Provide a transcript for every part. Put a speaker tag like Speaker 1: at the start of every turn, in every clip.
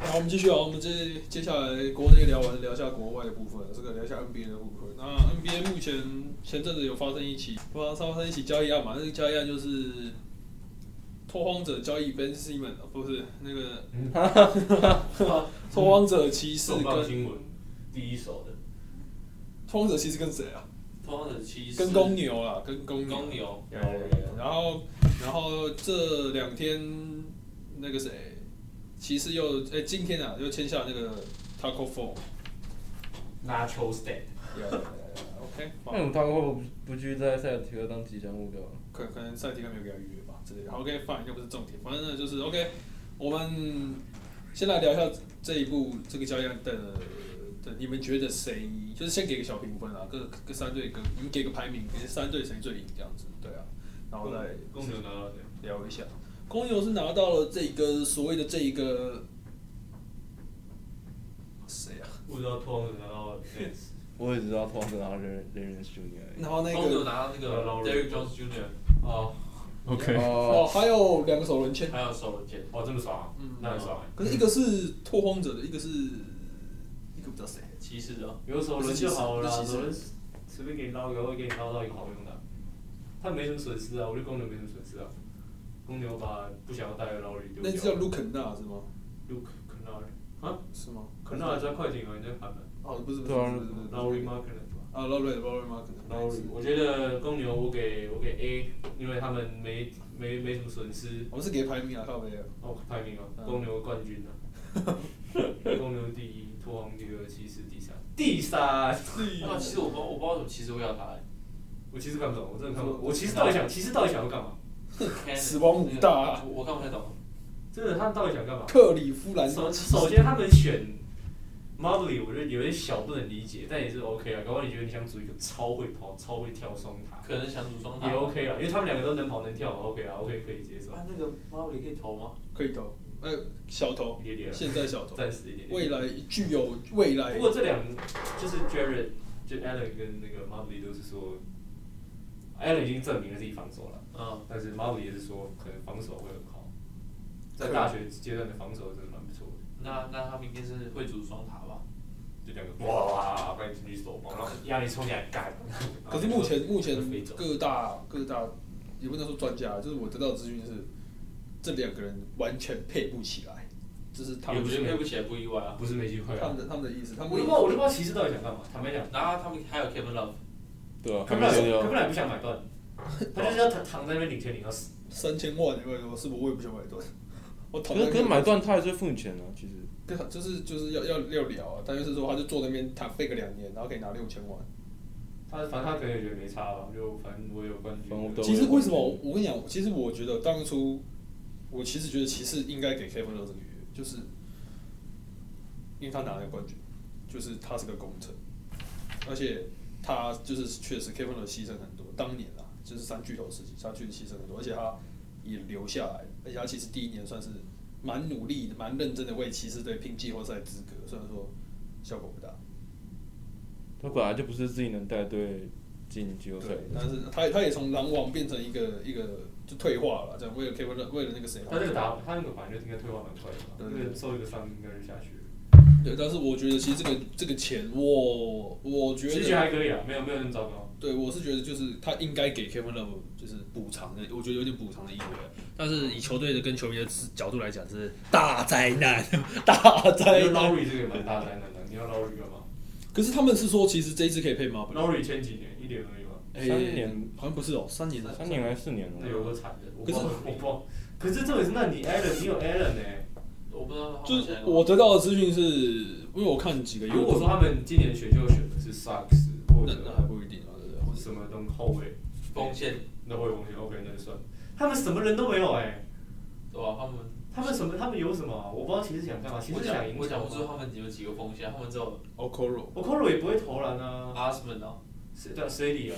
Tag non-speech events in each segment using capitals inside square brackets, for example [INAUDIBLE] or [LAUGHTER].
Speaker 1: 好，我们继续啊，我们接接下来国内聊完，聊一下国外的部分，啊这个聊一下 NBA 的部分。那 NBA 目前前阵子有发生一起，发发生一起交易案嘛？那个交易案就是拓荒者交易 Ben Simmons，呃不是那个拓荒者骑士跟
Speaker 2: 重磅
Speaker 1: 拓
Speaker 2: 新闻第一手的，
Speaker 1: 荒者骑士跟谁啊？
Speaker 2: 通常的七
Speaker 1: 跟公牛啦，跟公牛
Speaker 2: 公。牛，
Speaker 1: 然后，然后这两天那个谁，骑士又哎、今天啊又签下那个 Taco Four。
Speaker 2: Nacho State，
Speaker 1: OK，好
Speaker 3: 那种他们会不会不去在塞尔提克当吉祥物就好了？
Speaker 1: 可可能赛提克没有给他预约吧之类的。好 OK fine，又不是重点，反正呢就是 OK。我们先来聊一下这一部这个教练的的，你们觉得谁？就是先给个小评分啊，各各三队各你们给个排名，给三队谁最赢这样子，对啊，然后再
Speaker 2: 公牛拿到谁？
Speaker 1: 聊一下。公牛是拿到了这个所谓的这一个谁啊？
Speaker 2: 不知道拓荒者拿到 Nets，
Speaker 3: 我也知道托马斯然后人人人 Junior 而已。
Speaker 1: 然后那
Speaker 2: 公牛
Speaker 1: 个
Speaker 2: 拿到那个 Derrick Jones Jr，哦，
Speaker 1: 哦，
Speaker 3: 哦，
Speaker 1: 还有两个首轮签，
Speaker 2: 还有手剑，哦，这么爽啊，
Speaker 1: 嗯
Speaker 2: 那很爽啊。
Speaker 1: 可是一个是拓荒者的，一个是一个不知道谁。
Speaker 2: 骑士的，有首轮就好了啦，首轮随便给你捞个，会给你捞到一个好用的，他没什么损失啊，我对公牛没什么损失啊。公牛把不想要带的劳力丢
Speaker 1: 那
Speaker 2: 掉
Speaker 1: 只叫卢肯纳是吗？
Speaker 2: Luke Kennard 啊
Speaker 1: 是吗？
Speaker 2: ，Kennard 在快艇啊，你在看吗
Speaker 1: 哦，不是不是
Speaker 3: 对啊
Speaker 1: 不是不是不是
Speaker 2: ？Lowry m a r k e t
Speaker 4: 哦
Speaker 1: 啊，Lowry Lowry Mark
Speaker 2: Lowry，我觉得公牛我给我给 A，因为他们没没没什么损失，
Speaker 1: 我们是给排名啊，靠北啊。
Speaker 2: 哦排名啊，
Speaker 1: 嗯
Speaker 2: 公牛冠
Speaker 4: [LAUGHS]
Speaker 2: 军啊，公牛第一，拓荒第二，骑士第三，第三。啊
Speaker 4: 哇，其实我不知道，我不知道怎么骑士会要他、欸。
Speaker 2: 我其实看不懂，我真的看不懂。我其实到底想，其实到底想要干嘛？欸
Speaker 4: Cannon，
Speaker 1: 死亡五大啊
Speaker 4: 那个我我看不太懂。
Speaker 2: 真的，他们到底想干嘛？
Speaker 1: 克里夫
Speaker 4: 嗯
Speaker 1: 兰
Speaker 2: 首首先，他们选 Mobley，我觉得有点小不能理解，但也是 OK 啊。搞不好你觉得你想组一个超会跑、超会跳双塔，
Speaker 4: 可能想组双塔。
Speaker 2: 也 OK 啊，因为他们两个都能跑能跳，OK 啊，OK 可以接受。
Speaker 4: 啊，那个马里可以投吗？
Speaker 1: 可以投，呃，小投
Speaker 2: 一，点点啊，
Speaker 1: 现在小投，
Speaker 2: 暂时一点点。
Speaker 1: 未来具有未来
Speaker 2: 不。过这两就是 Jared、就 Allen 跟那个 Mobley 都是说，Allen 已经证明了自己防守了。
Speaker 1: 啊
Speaker 4: 嗯，
Speaker 2: 但是 Mobley 也是说，可能防守会很好，在大学阶段的防守真的蛮不错的，
Speaker 4: 那那他明天是会组双塔吧？
Speaker 2: 就两个哇，把你进去手包，然后压力冲起来干。
Speaker 1: 可是目前目前
Speaker 2: 飞走
Speaker 1: 各大各大也不能说专家，就是我得到的资讯是，这两个人完全配不起来，这是他
Speaker 4: 也
Speaker 1: 们
Speaker 4: 不
Speaker 1: 的
Speaker 4: 是配不起来，不意外啊。
Speaker 2: 不是没机会
Speaker 1: 他
Speaker 2: 啊
Speaker 1: 们！的他们的意思，他
Speaker 2: 我
Speaker 1: 们
Speaker 2: 都不知道，我都不知道骑士到底想干嘛。坦白讲，
Speaker 4: 然后他们还有 Kevin Love，
Speaker 3: 对啊，
Speaker 2: 可不
Speaker 3: 还没
Speaker 2: 来，
Speaker 3: 丢
Speaker 2: 可不
Speaker 3: 掉。
Speaker 2: 来不想买断，他
Speaker 1: [LAUGHS]
Speaker 2: 就是要躺躺在那边领钱领到死。
Speaker 1: 三千万，你问我是不是我也不想买断，我讨
Speaker 3: 可
Speaker 1: 厌
Speaker 3: 是可是买断他还是会付你钱啊，其实。
Speaker 1: 对啊，就是就是要要要聊啊，他就是说他就坐那边他废个两年，然后可以拿六千万。
Speaker 2: 他反正他可能也觉得没差吧，就反正我有冠军
Speaker 3: 反正我。都
Speaker 1: 其实为什么我我跟你讲，其实我觉得当初我其实觉得骑士应该给 Kevin Love 这个约，就是因为他拿了冠军，就是他是个功臣，而且他就是确实 Kevin Love 牺牲很多，当年啊就是三巨头时期，他确实牺牲很多，而且他也留下来，而且他其实第一年算是蛮努力、蛮认真的为骑士队拼季后赛资格，虽然说效果不大。
Speaker 3: 他本来就不是自己能带队进季后赛
Speaker 1: 对
Speaker 3: 的，，
Speaker 1: 但是他他也从狼王变成一个一个就退化了，这样为了 Kevin Love- 为了那个谁，
Speaker 2: 他这个打，他那个反正就应该退化蛮快的吧，
Speaker 1: 对
Speaker 2: 那个受一个伤应该就下去了。
Speaker 1: 对，但是我觉得其实这个这个钱，我我觉
Speaker 2: 其实觉得
Speaker 1: 得
Speaker 2: 还可以啊，没有没有那么糟糕。
Speaker 1: 对我是觉得就是他应该给 Kevin Love 就是补偿的，我觉得有点补偿的意味，但是以球队的跟球员的角度来讲是大灾难，大灾
Speaker 2: 因为
Speaker 1: 难。
Speaker 2: Lowry 这个也蛮大灾难的，你要 Lowry 干嘛
Speaker 1: 可是他们是说其实这一次可以配吗？
Speaker 2: ？Lowry 前几年一点而已嘛，
Speaker 1: 哎
Speaker 3: 三年
Speaker 1: 好像不是哦，三年
Speaker 3: 三年还是四年
Speaker 2: 那
Speaker 3: 了？
Speaker 2: 有个惨的，我
Speaker 1: 嗯
Speaker 2: 不
Speaker 1: 可是
Speaker 2: 知道我不知道。可是重点是，那你 Allen，你有 Allen 呢、
Speaker 4: 我不知道他们
Speaker 1: 就是
Speaker 4: 现在
Speaker 1: 我得到的资讯是，因为我看几个
Speaker 2: 如果说他们今年选秀选的是 Sucks 或
Speaker 1: 那
Speaker 2: 者
Speaker 1: 那还不一定啊，对不对？
Speaker 2: 或者什么东后卫，
Speaker 4: 锋线
Speaker 2: 那会有东西 OK，那就算。他们什么人都没有哎、
Speaker 4: 对吧？他们
Speaker 2: 他们什么？他们有什么啊？我不知道骑士想干嘛。骑
Speaker 4: 我
Speaker 2: 士
Speaker 4: 讲
Speaker 2: 想赢
Speaker 4: 我
Speaker 2: 球
Speaker 4: 讲不出
Speaker 2: 吗？
Speaker 4: 他们有几个锋线，他们只有
Speaker 1: Okoro
Speaker 2: 我 Coro 也不会投篮啊，
Speaker 4: 阿斯门哦，
Speaker 2: 是对 C 里啊，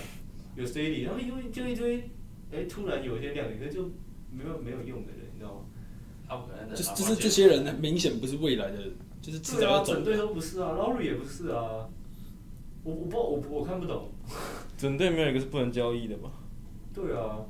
Speaker 2: 有 C 里，他们因为就一堆，哎、突然有一些亮点，可是就没有没有用的人，你知道吗？
Speaker 4: 他们可能在
Speaker 1: 就是
Speaker 4: 打
Speaker 1: 就
Speaker 4: 关
Speaker 1: 是
Speaker 4: 键
Speaker 1: 这些人明显不是未来的人，就是迟
Speaker 2: 对
Speaker 1: 早
Speaker 2: 啊，
Speaker 1: 要走
Speaker 2: 整队
Speaker 1: 的。
Speaker 2: 都不是啊 l a u r i 也不是啊，我我不知道，我我看不懂。
Speaker 3: 整队没有一个是不能交易的吧？
Speaker 2: 对啊，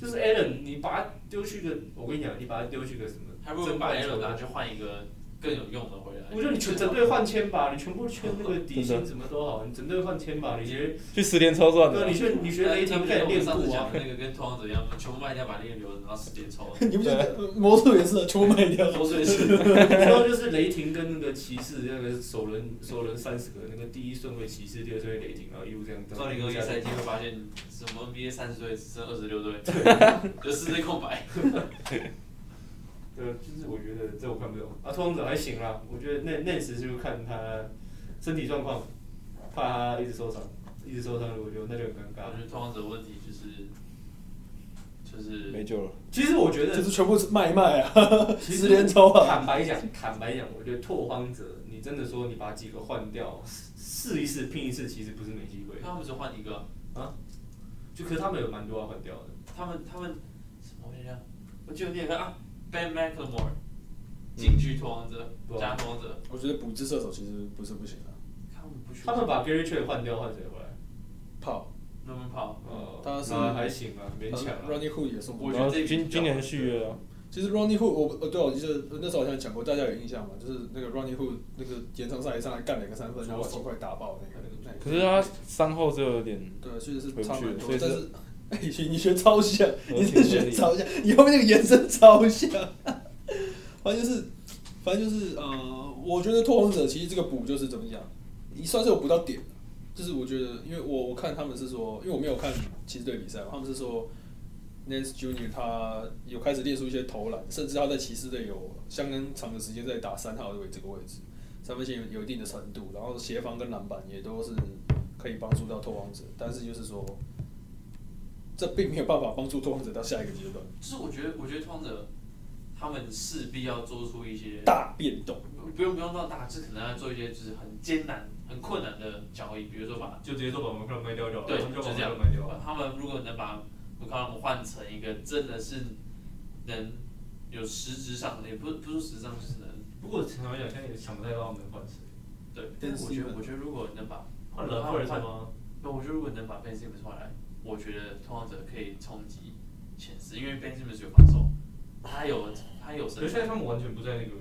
Speaker 2: 就是 Allen，你把他丢去个，我跟你讲，你把他丢去个什么？
Speaker 4: 还不如
Speaker 2: 正
Speaker 4: 把
Speaker 2: 半
Speaker 4: A
Speaker 2: 球
Speaker 4: 轮拿
Speaker 2: 的
Speaker 4: 去换一个更有用的回来。
Speaker 2: 我觉得你全整队换签吧，你全部圈那个底
Speaker 3: 真
Speaker 2: 薪
Speaker 3: 的
Speaker 2: 什么都好，你整队换签吧，你学，
Speaker 3: 去十连超算
Speaker 2: 对
Speaker 3: 了
Speaker 2: 啊，你。学你学
Speaker 4: 那
Speaker 2: A
Speaker 4: 他
Speaker 2: 听
Speaker 4: 们
Speaker 2: 看
Speaker 4: 跟我
Speaker 2: 练
Speaker 4: 上次
Speaker 2: 过
Speaker 4: 讲
Speaker 2: 啊
Speaker 4: 的。那个跟拓荒者一样，全部卖掉把那个留着，然后直接抽。
Speaker 1: [LAUGHS]
Speaker 4: [LAUGHS]
Speaker 1: 你不觉得魔术也是啊全部卖掉？
Speaker 4: 多岁是
Speaker 2: 然后就是雷霆跟那个骑士那个首轮首轮三十个那个第一顺位骑士，第二顺位雷霆，然后一路这样到
Speaker 4: 到你二一赛季会发现，什么 NBA 三十队只剩二十六 [LAUGHS] 队，就世界空白。
Speaker 2: 对，就是我觉得这我看不懂。啊，拓荒者还行啦，我觉得那那时就看他身体状况，怕他一直受伤，一直受伤如果就那就很尴
Speaker 4: 我
Speaker 3: 啊
Speaker 2: 尬
Speaker 4: 觉。得拓荒者问题就是，就是
Speaker 3: 没救了，
Speaker 2: [LAUGHS] 其实我觉得
Speaker 1: 就，是全部是卖一卖啊，
Speaker 2: 其
Speaker 1: 十
Speaker 2: 实
Speaker 1: 连抽啊。
Speaker 2: 坦白讲，坦白讲，我觉得拓荒者，你真的说你把几个换掉，试试一试拼一试，其实不是没机会。
Speaker 4: 他们只换一个，
Speaker 2: 就可是他们有蛮多要换掉的，
Speaker 4: 他们他们什么玩意儿？我记得那个啊
Speaker 3: 嗯
Speaker 4: ，Ben McLemore 进去拓荒者，
Speaker 2: 对啊
Speaker 4: 加拓荒者，
Speaker 1: [LAUGHS] 我觉得补支射手其实不是不行啊，
Speaker 4: 他们不需
Speaker 2: 他
Speaker 4: 要
Speaker 2: 们把 Gary Trent 换掉，换谁回来？
Speaker 1: 炮
Speaker 4: Norman Powell。
Speaker 2: 哦，
Speaker 1: 他是
Speaker 2: 那还行啊，勉强啊。
Speaker 1: 呃 Ronnie Hood 也送过
Speaker 4: 我
Speaker 1: 去
Speaker 4: 觉
Speaker 3: 然
Speaker 4: 得
Speaker 3: 后
Speaker 4: 这笔
Speaker 3: 今
Speaker 4: 比较
Speaker 3: 今年
Speaker 4: 好
Speaker 3: 续约啊了，
Speaker 1: 其实 Ronnie Hood 我呃对啊，我就是那时候好像讲过，大家有印象嘛，就是那个 Ronnie Hood 那个延长赛一上来干两个三分，然后把金块打爆那个那个。
Speaker 3: 可是他伤后之后有点，
Speaker 1: 对，确实是
Speaker 3: 回不去
Speaker 1: 差蛮多
Speaker 3: 所以，是
Speaker 1: 但是。哎，你学你学超像，
Speaker 3: 我
Speaker 1: 你是
Speaker 3: 挺合
Speaker 1: 学
Speaker 3: 理
Speaker 1: 超像，你后面那个延伸超像， [LAUGHS] 反正就是，反正就是，呃，我觉得拓荒者其实这个补就是怎么讲，你算是有补到点，就是我觉得，因为我我看他们是说，因为我没有看骑士队比赛嘛，他们是说 Nance Junior 他有开始列出一些投篮，甚至他在骑士队有相当长的时间在打三号的位这个位置，三分线有有一定的程度，然后协防跟篮板也都是可以帮助到拓荒者，但是就是说，这并没有办法帮助拓荒者到下一个阶段，
Speaker 4: 就是我觉得，我觉得创者他们势必要做出一些，
Speaker 1: 大变动。
Speaker 4: 不用不用到大，致可能要做一些就是很艰难、很困难的交易，比如说把
Speaker 2: 就直接说把门票卖掉就好了，
Speaker 4: 对
Speaker 2: 他们就把
Speaker 4: 就
Speaker 2: 门
Speaker 4: 这样
Speaker 2: 票卖掉啊。
Speaker 4: 他们如果能把我看他们换成一个真的是能有实质上的，也不不是说实质上就是能
Speaker 2: 不过坦白讲，现在也想不太到他们换谁，
Speaker 4: 对，但
Speaker 1: 但是
Speaker 4: 是我觉得我觉得如果能把
Speaker 2: 换了或者什么？
Speaker 4: 那我觉得如果能把 Ben Simmons 换来，我觉得拓荒者可以冲击前四，因为 Ben Simmons 有防守，他有他有
Speaker 2: 可
Speaker 4: 身
Speaker 2: 是现在
Speaker 4: 材，
Speaker 2: 他们完全不在那个，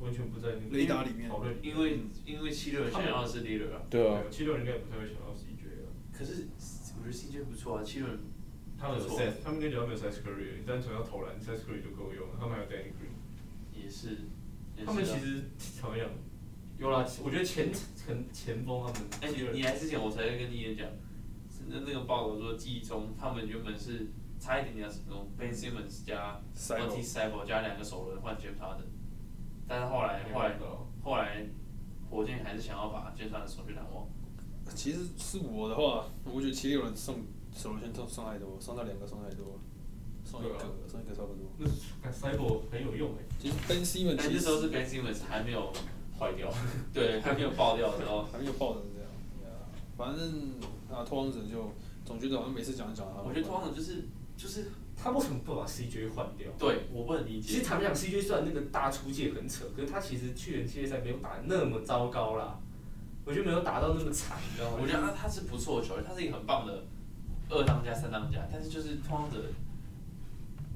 Speaker 2: 完全不在那个
Speaker 1: 雷达里面
Speaker 2: 讨论里面
Speaker 4: 因为因为七六人想要的是 leader 啊。
Speaker 3: 对啊，
Speaker 2: 七六人应该也不太会想到 CJ 啊。
Speaker 4: 可是我觉得 CJ 不错啊，七轮
Speaker 2: 他们有
Speaker 4: 不错
Speaker 2: Seth，他们跟九没有 Seth Curry，你单纯要投篮，Seth Curry 就够用了。他们还有 Danny Green，
Speaker 4: 也是，也是啊
Speaker 2: 他们其实怎么样？有啦，我觉得前前前锋他们
Speaker 4: 哎、
Speaker 2: 七六人
Speaker 4: 你你来之前我才在跟你也讲，是那那个报道说记忆中他们原本是差一点点什么 Ben Simmons 加
Speaker 1: Cyborg
Speaker 4: Monty c y b o 加两个首轮换 James Harden，但是后来
Speaker 2: 没
Speaker 4: 后来
Speaker 2: 换到
Speaker 4: 后来火箭还是想要把 James Harden 手去拦网，
Speaker 1: 其实是我的话，我觉得七六人送首轮先送送太多，送到两个送太多，送一个、
Speaker 2: 对啊
Speaker 1: 送一个差不多。
Speaker 2: 那 Cyber 很有用哎、
Speaker 1: 其实 Ben Simmons
Speaker 4: 但
Speaker 1: 其
Speaker 4: 那时候
Speaker 1: 实
Speaker 4: 是 Ben Simmons 还没有
Speaker 2: 坏掉。
Speaker 4: 对还没有爆掉的
Speaker 1: [LAUGHS]
Speaker 4: 时候，
Speaker 1: 还没有爆成这样，对啊反正啊，拓荒者就总觉得好像每次讲一讲啊，
Speaker 4: 我觉得通常就是就是
Speaker 2: 他为什么不把 CJ 换掉？
Speaker 4: 对我不能理
Speaker 2: 其
Speaker 4: 解
Speaker 2: 实，坦白讲，CJ 虽然那个大出界很扯，可是他其实去年系列赛没有打得那么糟糕啦，我就没有打到那么惨，你知道吗？
Speaker 4: 我觉得啊他他是不错的球员，他是一个很棒的二当家、三当家，但是就是通常的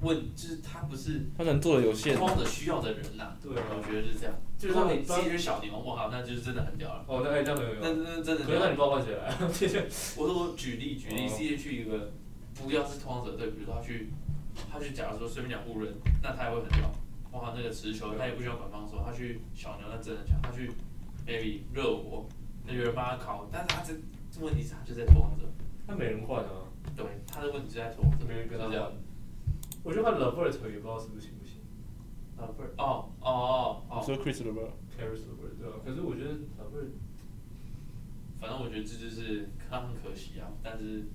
Speaker 4: 问，就是他不是
Speaker 3: 他能做的有限
Speaker 4: 通，常的需要的人呐、
Speaker 2: 对啊
Speaker 4: 我觉得是这样。
Speaker 2: 就是
Speaker 4: 如
Speaker 2: 他
Speaker 4: 果
Speaker 2: 们
Speaker 4: 你自己是小牛，我靠，那就是真的很屌了。
Speaker 2: 哦，那哎那没有
Speaker 4: 那
Speaker 2: 用，
Speaker 4: 那真的
Speaker 2: 可是那你不
Speaker 4: 是，
Speaker 2: 知道换谁来啊，谢谢。
Speaker 4: 我说我举例举例
Speaker 2: 哦
Speaker 4: ，C 去一个不要是通常者队，比如说他去他去，假如说随便讲湖人，那他也会很屌。我靠，那个持球他也不需要管防守，他去小牛那真的强，他去 maybe 热火，那有人帮他扛，但是他这这问题是他就在通常者。
Speaker 2: 他没人换啊，
Speaker 4: 对，他的问题就在头，这
Speaker 2: 没
Speaker 4: 边
Speaker 2: 人
Speaker 4: 就
Speaker 2: 跟
Speaker 4: 是
Speaker 2: 他
Speaker 4: 这样
Speaker 2: 换。。我觉得换 Levert 也不知道是不是行不行
Speaker 4: 啊，不是，哦哦哦
Speaker 3: 你
Speaker 4: 哦，
Speaker 3: 说 Chris 的吧？
Speaker 2: ，Caris Levert 对吧？啊可是我觉得 Levert
Speaker 4: 反正我觉得这就是他很可惜啊，但是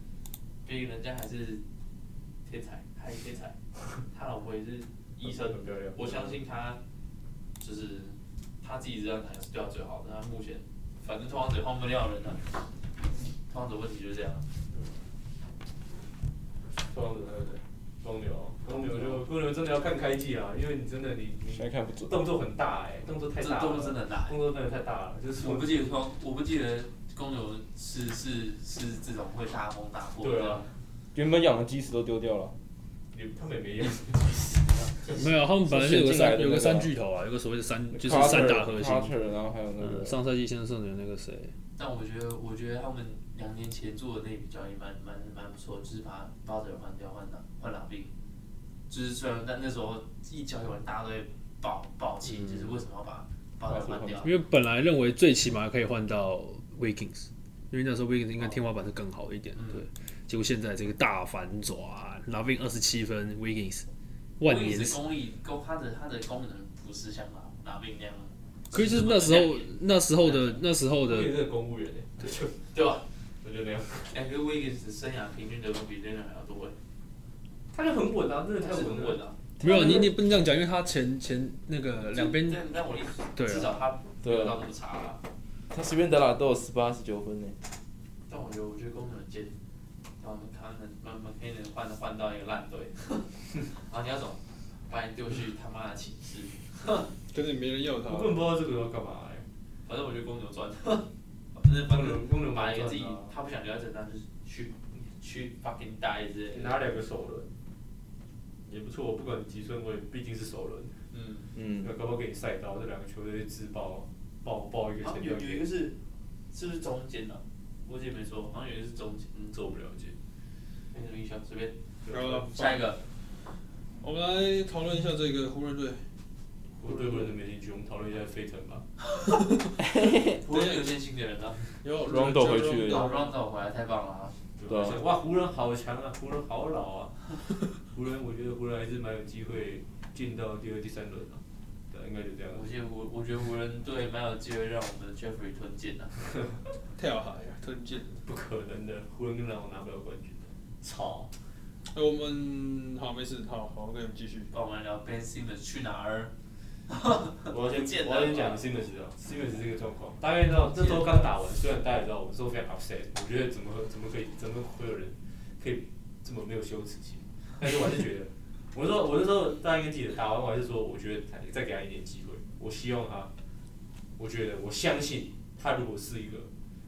Speaker 4: 毕竟人家还是天才，还是天才，他老婆也是医生
Speaker 2: 很漂亮。
Speaker 4: 我相信他就是他自己知道哪个是对他最好的。那目前反正通常只换不了人了、啊，通常的问题就是这样。啊
Speaker 2: 双子对不对？公牛，公
Speaker 4: 啊
Speaker 2: 牛就公牛真的要看开季啊，因为你真的你
Speaker 3: 现在
Speaker 2: 你
Speaker 3: 看不准。
Speaker 2: 动作很大哎、动作太
Speaker 4: 这
Speaker 2: 大了，
Speaker 4: 动作真的很大。欸
Speaker 2: 动作真的太大了，就是
Speaker 4: 我不记得说，我不记得公牛是是是这种会大风大破的。
Speaker 2: 对啊，
Speaker 3: 原本养的鸡屎都丢掉了，
Speaker 2: 你他们也没用，
Speaker 5: 没有，他们本来就有个
Speaker 3: 新进来
Speaker 5: 三
Speaker 3: 的那个
Speaker 5: 有个三巨头啊，有个所谓的三就是
Speaker 3: Carter-
Speaker 5: 三大核心。
Speaker 3: Carter，然后还有那
Speaker 5: 嗯，
Speaker 3: 个
Speaker 5: 上赛季先生的那个谁，
Speaker 4: 但我觉得，我觉得他们两年前做的那笔交易蛮蛮蛮不错，就是把巴泽尔换掉，换哪换哪边，就是虽然但那时候一交易完，大家都会爆爆气，就是
Speaker 5: 嗯
Speaker 4: 为什么要把巴泽尔换掉？
Speaker 5: 因为本来认为最起码可以换到 Vikings，因为那时候 Vikings 应该天花板是更好一点，对。结果现在这个大反转，Lavin 二十七分，Vikings 万年
Speaker 4: 是功力，功他的他的功能不是像哪哪边那样，
Speaker 5: 可是那时候那时候的那时候
Speaker 2: 我也
Speaker 5: 的
Speaker 2: 是个公务员哎、就
Speaker 4: 对啊吧？
Speaker 2: 我就那样，
Speaker 4: 两个哎 Wiggins 生涯平均得分比 l e 还要多，
Speaker 2: 他就很稳啊，真的太
Speaker 4: 他是
Speaker 2: 稳
Speaker 4: 很
Speaker 2: 了
Speaker 4: 稳。啊。
Speaker 5: 没有你你不能这样讲，因为他前前那个两边
Speaker 4: 但但我的意思，
Speaker 5: 对啊
Speaker 4: 至少他没有到那么差啊。
Speaker 3: 他随便打打都有十八、十九分呢。
Speaker 4: 但我觉得，我觉得公牛接，然后他们慢慢可以能换换到一个烂 [LAUGHS] 队，然后你要走，把你丢去他妈的寝室。
Speaker 1: 可是没人要他
Speaker 2: 我。根本不知道这个要干嘛哎、
Speaker 4: 反正我觉得公牛赚，反正反
Speaker 2: 公
Speaker 4: 正
Speaker 2: 牛公牛
Speaker 4: 把
Speaker 2: 蛮
Speaker 4: 一个
Speaker 2: 赚
Speaker 4: 自己
Speaker 2: 的啊
Speaker 4: 他不想留在这，那就是去去 fucking die 之类的。
Speaker 2: 拿两个首轮也不错，不管几顺位，毕竟是首轮，
Speaker 4: 嗯，
Speaker 3: 嗯，
Speaker 2: 那搞不好给你赛到这两个球队自爆爆爆一个
Speaker 4: 好像
Speaker 2: 前
Speaker 4: 有
Speaker 2: 两
Speaker 4: 有一个是是不是中间的、啊？我记得没说，好像有一个是中间，嗯，这我不了解，没什么印象，随便。
Speaker 1: 然后
Speaker 4: 下一个，
Speaker 1: 我们来讨论一下这个湖人队。
Speaker 2: 我对湖人没兴趣，我们讨论一下费城吧。
Speaker 4: 湖人有先新的人啊，
Speaker 1: 有
Speaker 3: Rondo 回去对
Speaker 4: 老 r o n d 回来太棒了啊！
Speaker 3: 对啊
Speaker 2: 吧？哇，湖人好强啊，湖人好老啊， [LAUGHS] 湖人我觉得湖人还是蛮有机会进到第二、第三轮啊，对，应该就这样
Speaker 4: 我觉得湖，我觉得湖人队蛮有机会让我们的 Jeffrey 吞进的、啊。
Speaker 1: 跳海啊，吞进。
Speaker 2: 不可能的，湖人跟篮网拿不了冠军的。
Speaker 4: 操！
Speaker 1: 哎，我们好，没事，好好，我跟你们继续。
Speaker 4: 帮我们聊 Ben Simmons 去哪儿？
Speaker 2: 我要先
Speaker 4: 见
Speaker 2: 我要先
Speaker 4: 了
Speaker 2: 讲 Simmons 啊，Simmons 这个状况，大家也知道这周刚打完，虽然大家也知道我们都非常 upset，我觉得怎么怎么可以怎么会有人可以这么没有羞耻心，但是我还是觉得，我那时候我那时候大家应该记得，打完我还是说，我觉得再给他一点机会，我希望他，我觉得我相信他如果是一个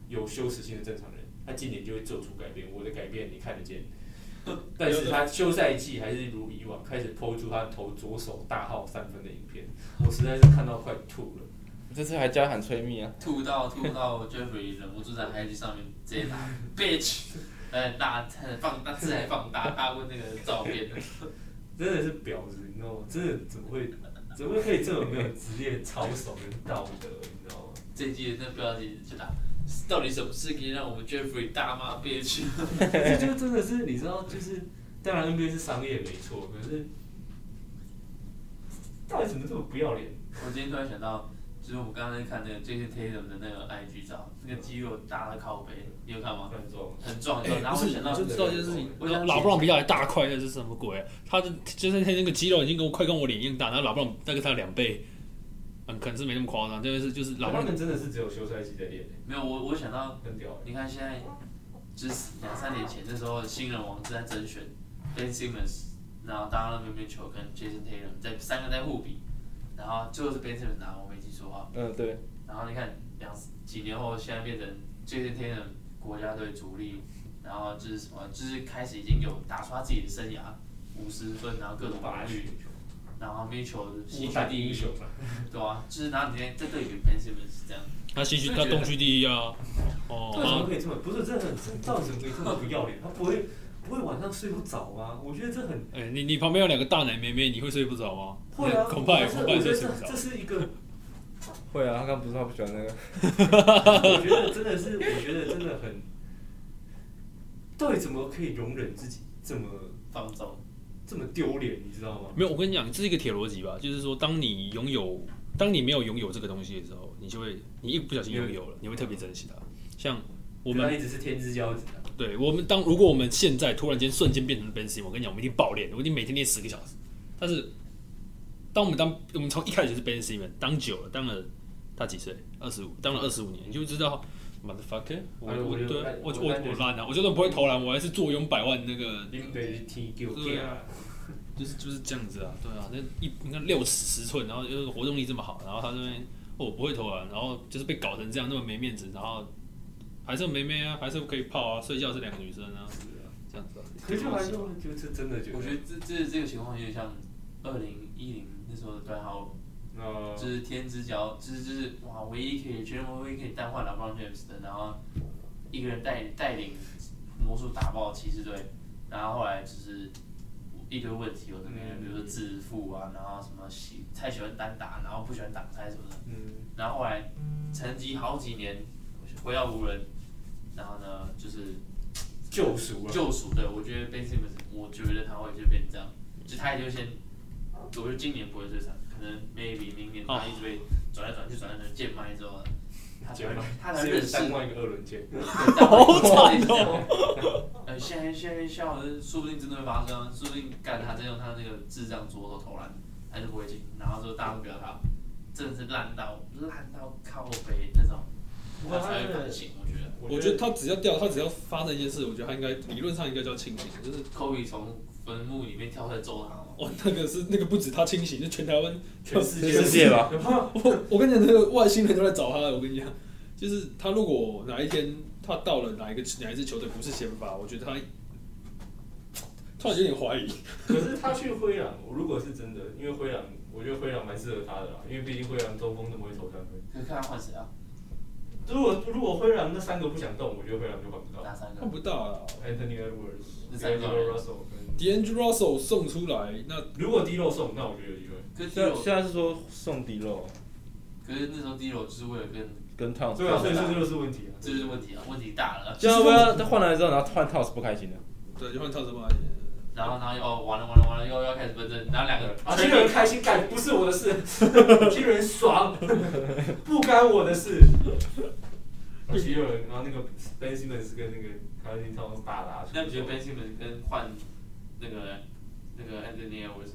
Speaker 2: 有羞耻心的正常人，他今年就会做出改变，我的改变你看得见。但是他休赛季还是如以往开始抛出他投左手大号三分的影片，我实在是看到快吐了。
Speaker 3: 这次还加喊催命啊！
Speaker 4: 吐到吐到 Jeffrey 忍不住在 IG 上面直接打 bitch，哎，大放大字还放大大过那个照片的，
Speaker 2: 真的是婊子，你知道吗？真的怎么会，怎么会可以这么没有职业操守跟道德，你知道吗？
Speaker 4: 这一季的那标题就打，到底什么事可以让我们 Jeffrey 大骂 bitch？ [LAUGHS]
Speaker 2: 这就真的是你知道，就是当然 NBA 是商业没错，可是到底怎么这么不要脸？
Speaker 4: 我今天突然想到，就是我们刚刚在看那个 Jason Tatum 的那个 IG 照，那个肌肉大的靠背，你有看吗？
Speaker 2: 很重，
Speaker 4: 很壮
Speaker 5: 哎
Speaker 4: 很壮，然后我想到
Speaker 2: 就知道一件事情
Speaker 4: 我想
Speaker 5: 老布朗比较还大块，那是什么鬼、啊他的就是他那个肌肉已经跟我快跟我脸一样大，然后老布朗大概他两倍，嗯，可能是没那么夸张，但是就是老布
Speaker 2: 他
Speaker 5: 朗
Speaker 2: 们真的是只有休赛季在练，
Speaker 4: 没有我我想到。
Speaker 2: 很屌欸。
Speaker 4: 你看现在，就是两三年前那时候新人王正在甄选 Ben Simmons，然后当了那边球跟 Jason Tatum 在三个在互比，然后最后是 Ben Simmons 拿，我没记错啊。
Speaker 3: 嗯，对，
Speaker 4: 然后你看两几年后，现在变成 Jason Tatum 国家队主力，然后就是什么，就是开始已经有打出他自己的生涯五十分，然后各种防御，然后 Mitchell 西
Speaker 2: 五
Speaker 4: 区
Speaker 2: 大
Speaker 4: 第
Speaker 2: 英
Speaker 4: 一，
Speaker 2: 雄啊！
Speaker 4: 对啊，就是然后你看在对比 Ben Simmons 这样，
Speaker 5: 他西区他东区第一啊，哦，
Speaker 2: 为什么可以这么？不是，真的很，这到底怎么可以这么不要脸？他不会不会晚上睡不着吗？我觉得这很
Speaker 5: 哎、你你旁边有两个大奶妹妹，你会睡不着吗？
Speaker 2: 会啊，
Speaker 5: 恐怕也
Speaker 2: 我觉
Speaker 5: 恐
Speaker 2: 得
Speaker 5: 怕也
Speaker 2: 这
Speaker 5: 睡
Speaker 2: 我
Speaker 5: 不
Speaker 2: 觉得这
Speaker 5: 着
Speaker 2: 这。是一个
Speaker 3: 会啊，他刚不是他不喜欢那个，
Speaker 2: 我觉得真的是，我觉得真的很，到底怎么可以容忍自己这么
Speaker 4: 放纵。
Speaker 2: 这么丢脸，你知道吗？
Speaker 5: 没有，我跟你讲，这是一个铁逻辑吧，就是说，当你拥有，当你没有拥有这个东西的时候，你就会，你一不小心拥有了，你会特别珍惜它。像我们
Speaker 2: 他一直是天之骄子啊，
Speaker 5: 对我们当如果我们现在突然间瞬间变成 Ben Simmons，我跟你讲，我们一定爆练，我一定每天练十个小时。但是当我们当我们从一开始就是 Ben Simmons，当久了，当了他几岁？二十五，当了二十五年，你就知道 motherfucker，我
Speaker 2: 哎我
Speaker 5: 我
Speaker 2: 就
Speaker 5: 对
Speaker 2: 我
Speaker 5: 我就
Speaker 2: 我
Speaker 5: 我
Speaker 2: 感觉
Speaker 5: 我烂啊了，我就算不会投篮，我还是坐拥百万那个，
Speaker 2: 你嗯对踢给我
Speaker 5: 对
Speaker 2: 给
Speaker 5: 啊
Speaker 2: 啊，
Speaker 5: 就是就是这样子啊，对啊，那一你看六尺十寸，然后就是活动力这么好，然后他这边哦我不会投篮，然后就是被搞成这样那么没面子，然后还是没妹啊，还是可以泡啊，睡觉是两个女生啊，这样子啊，
Speaker 2: 可是还是就是真的觉得，
Speaker 4: 我觉得这这这个情况有点像二零一零那时候的段浩，
Speaker 2: 呃
Speaker 4: 就是天之骄，就是就是哇，唯一可以全联盟唯一可以单换 LeBron James 的，然后一个人带带领魔术打爆骑士队，然后后来就是一堆问题，我这边
Speaker 2: 嗯
Speaker 4: 比如说自负啊，然后什么喜太喜欢单打，然后不喜欢挡拆什么的，
Speaker 2: 嗯，
Speaker 4: 然后后来沉寂好几年，回到湖人，然后呢就是
Speaker 2: 救赎了，
Speaker 4: 救赎的，我觉得 Ben Simmons，我觉得他会就变这样，就他也就先，我觉得今年不会最惨，可能 maybe 明年他一直被转来转去转来转去贱卖之后，他才会他才会认识
Speaker 2: 三万一个二轮签，
Speaker 4: 好惨哦！呃，现在现在笑的，说不定真的会发生啊，说不定干他再用他那个智障左手投篮，还是不会进，然后之后大家都不要他，真的是烂到烂到靠背那种，他才会反省。我觉得
Speaker 1: 我觉得他只要掉，他只要发生一件事，我觉得他应该理论上应该叫清醒，就是
Speaker 4: Kobe 从坟墓里面跳出来揍他哦。
Speaker 1: 哦，那个是那个不止他清醒，就全台湾
Speaker 2: 全世
Speaker 3: 全
Speaker 2: 界
Speaker 3: 世界吧，
Speaker 1: 我我跟你讲，那个外星人都来找他了。我跟你讲，就是他如果哪一天他到了哪一个哪一支球队不是先发，我觉得他突然有点怀疑。
Speaker 2: 可是他去灰狼，如果是真的，因为灰狼，我觉得灰狼蛮适合他的啦，因为毕竟灰狼中锋那么会投三分。
Speaker 4: 可是看他换谁啊？
Speaker 2: 如果如果灰狼那三个不想动，我觉得灰狼就换不到。
Speaker 4: 哪三个
Speaker 1: 看？不到啊
Speaker 2: Anthony Edwards、
Speaker 4: 那三个
Speaker 2: D'Angelo Russell 跟
Speaker 1: d a n g e Russell 送出来，那
Speaker 2: 如果 D 肉送，那我觉得有机会。
Speaker 4: 可是
Speaker 3: 现在
Speaker 4: D
Speaker 3: 现在是说送迪肉
Speaker 4: 可是那时候 D 罗就是为了跟，
Speaker 3: 跟 Towns，
Speaker 2: 对啊，所以这就是问题啊。
Speaker 4: 这就是问题啊，问题大了。
Speaker 3: 就要不要他换来之后，然后换 Towns 不开心的，啊
Speaker 1: 对，就换套什么？啊
Speaker 4: 然后然后又哦完了完了完了，又要开始纷争，然后两个
Speaker 2: 啊，这个人开心干不是我的
Speaker 1: [LAUGHS]
Speaker 2: 事，这个人爽，不干我的事。而且有人，然后那个 Ben Simmons 跟那个卡林汤是大打，
Speaker 4: 那你觉得 Ben Simmons 跟换那个那个 Anthony Edwards，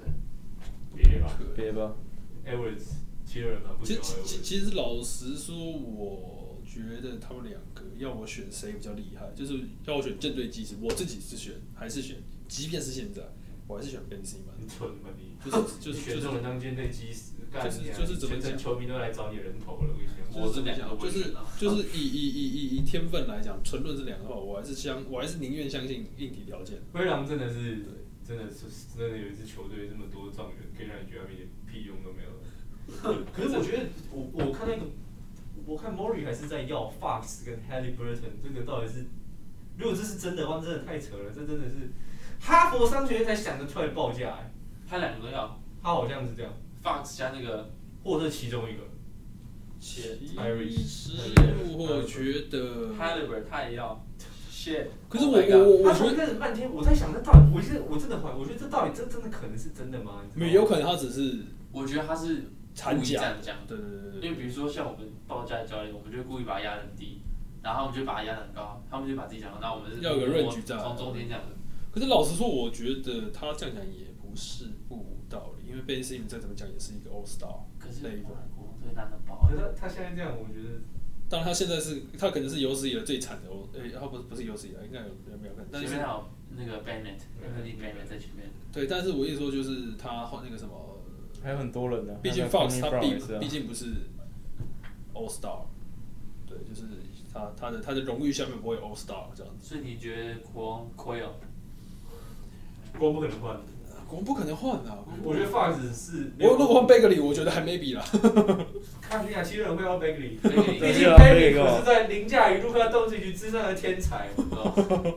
Speaker 2: 别吧
Speaker 3: 别吧，
Speaker 2: ，Edwards 七人嘛，不
Speaker 1: 其
Speaker 2: 喜
Speaker 1: 实
Speaker 2: 欢
Speaker 1: 其
Speaker 2: Edwards。
Speaker 1: 其实老实说，我觉得他们两个要我选谁比较厉害，就是要我选舰队技师，我自己是选还是选，即便是现在，我还是选 Ben Simmons，
Speaker 2: 很蠢吧你？
Speaker 4: [LAUGHS]
Speaker 1: 就是
Speaker 2: 就
Speaker 1: 就
Speaker 2: 是选
Speaker 1: 就
Speaker 2: 这
Speaker 1: 是
Speaker 2: 种当间内基石，干
Speaker 1: 就是
Speaker 2: 你啊
Speaker 1: 就是怎么
Speaker 2: 全城
Speaker 1: 讲
Speaker 2: 球迷都来找你人头了，我跟你讲。
Speaker 4: 我是两个
Speaker 1: 就
Speaker 4: 不
Speaker 1: 是
Speaker 4: 选啊。
Speaker 1: 就是以以以以以天分来讲，纯论这两个话，我还是相我还是宁愿相信硬体条件。
Speaker 2: 灰狼真的是，真的是真的有一支球队这么多状元，可以让你觉得他们一点屁用都没有。 [LAUGHS] 可是我觉得，我我看那个，我看 Mori 还是在要 Fox 跟 Halliburton，这个到底是，如果这是真的话，真的太扯了，这真的是哈佛商学院才想得出来报价、欸，
Speaker 4: 他两个都要
Speaker 2: 他好像是这样，
Speaker 4: ，Fox 加那个
Speaker 2: 或者其中一个。
Speaker 1: 其实我觉得，
Speaker 4: Halliburton 他也要，shit。
Speaker 1: 可是我
Speaker 4: Oh my god
Speaker 1: 我
Speaker 2: 他
Speaker 1: 我觉
Speaker 2: 从
Speaker 1: 得
Speaker 2: 那半天，我在想，那到底我是我真的怀疑，我觉得这到底这真的可能是真的吗？你知道吗
Speaker 1: 没有可能他只是
Speaker 4: 我觉得他是
Speaker 1: 掺
Speaker 4: 故意这
Speaker 1: 假
Speaker 4: 样讲，
Speaker 1: 对对对对
Speaker 4: 因
Speaker 1: 对
Speaker 4: 为比如说像我们报价教练，我们就故意把他压得很低，然后我们就把他压得很高，他们就把自己讲得很高，那我们是
Speaker 1: 要有个
Speaker 4: 默默
Speaker 1: range 在
Speaker 4: 从中间这样的。
Speaker 1: 可是老实说，我觉得他这样讲也不是不无道理，因为 Ben Simmons 再怎么讲也是一个 All Star
Speaker 4: 可是
Speaker 1: level
Speaker 4: 我。国王队烂的爆
Speaker 2: 可，是他他现在这样，我觉得
Speaker 1: 当然，他现在是他可能是有史以来最惨的 O，诶、他不是不是有史以来，应该有有没有看？但
Speaker 4: 前
Speaker 1: 是
Speaker 4: 面还有那个 Bennett，Anthony Bennett 在前面。
Speaker 1: 对，但是我一说就是他换那个什么，
Speaker 3: 还有很多人呢，
Speaker 1: 毕竟
Speaker 3: 还有
Speaker 1: Fox
Speaker 3: Tony
Speaker 1: 他
Speaker 3: Brown
Speaker 1: 毕
Speaker 3: 也是啊
Speaker 1: 毕竟不是 All Star，对，就是他他的他的荣誉下面不会有 All Star 这样子。
Speaker 4: 所以你觉得国王哦 Coyle
Speaker 2: 国王不可能换。
Speaker 1: 我们不可能换啊！
Speaker 2: 我觉得 Fox 是，
Speaker 1: 我如果换贝格里，我觉得还 maybe 啦。
Speaker 2: 看你亚七人会要 Bagley，
Speaker 4: Bagley
Speaker 2: 毕
Speaker 3: 对
Speaker 2: 竟
Speaker 3: 是啊
Speaker 2: Bagley 哦
Speaker 3: Bagley
Speaker 2: 可是在凌驾于卢卡东契奇之上的天才，我知 [LAUGHS] 道。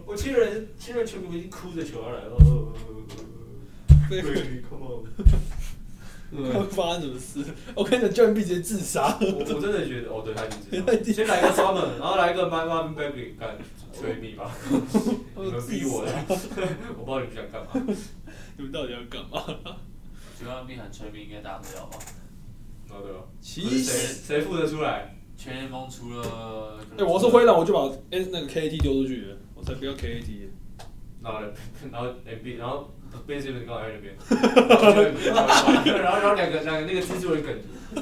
Speaker 2: 我七人七人全部已经哭着求他来了。哦
Speaker 1: 贝格里
Speaker 2: Bagley，come on！
Speaker 1: 发生什么事？ [LAUGHS] 我跟你讲 j o h n B 直接自杀。
Speaker 2: 我我真的觉得，哦， [LAUGHS] 对他已经知道，先来个 Summer，然后来个 My Mom Bagley，干吹你 [LAUGHS] 吧，你们逼我的， [LAUGHS] 我不知道你们想干嘛。
Speaker 1: 你们到底要干嘛？
Speaker 4: 绝望病很催命，应该大家都要吧？
Speaker 2: 哦对吧？可
Speaker 1: 其
Speaker 2: 是
Speaker 1: 实，
Speaker 2: 谁谁付得出来？
Speaker 4: 全联盟除了……
Speaker 1: 哎哎、我要是灰，狼，我就把 N 那个 KAT 丢出去了，我才不要 KAT。
Speaker 2: 然后呢， [LAUGHS] 然后 M B，然后 Ben Simmons 刚好在那 [LAUGHS] 边，然后就有一个人跑一个然后然后两个两个那个蜘蛛人梗图，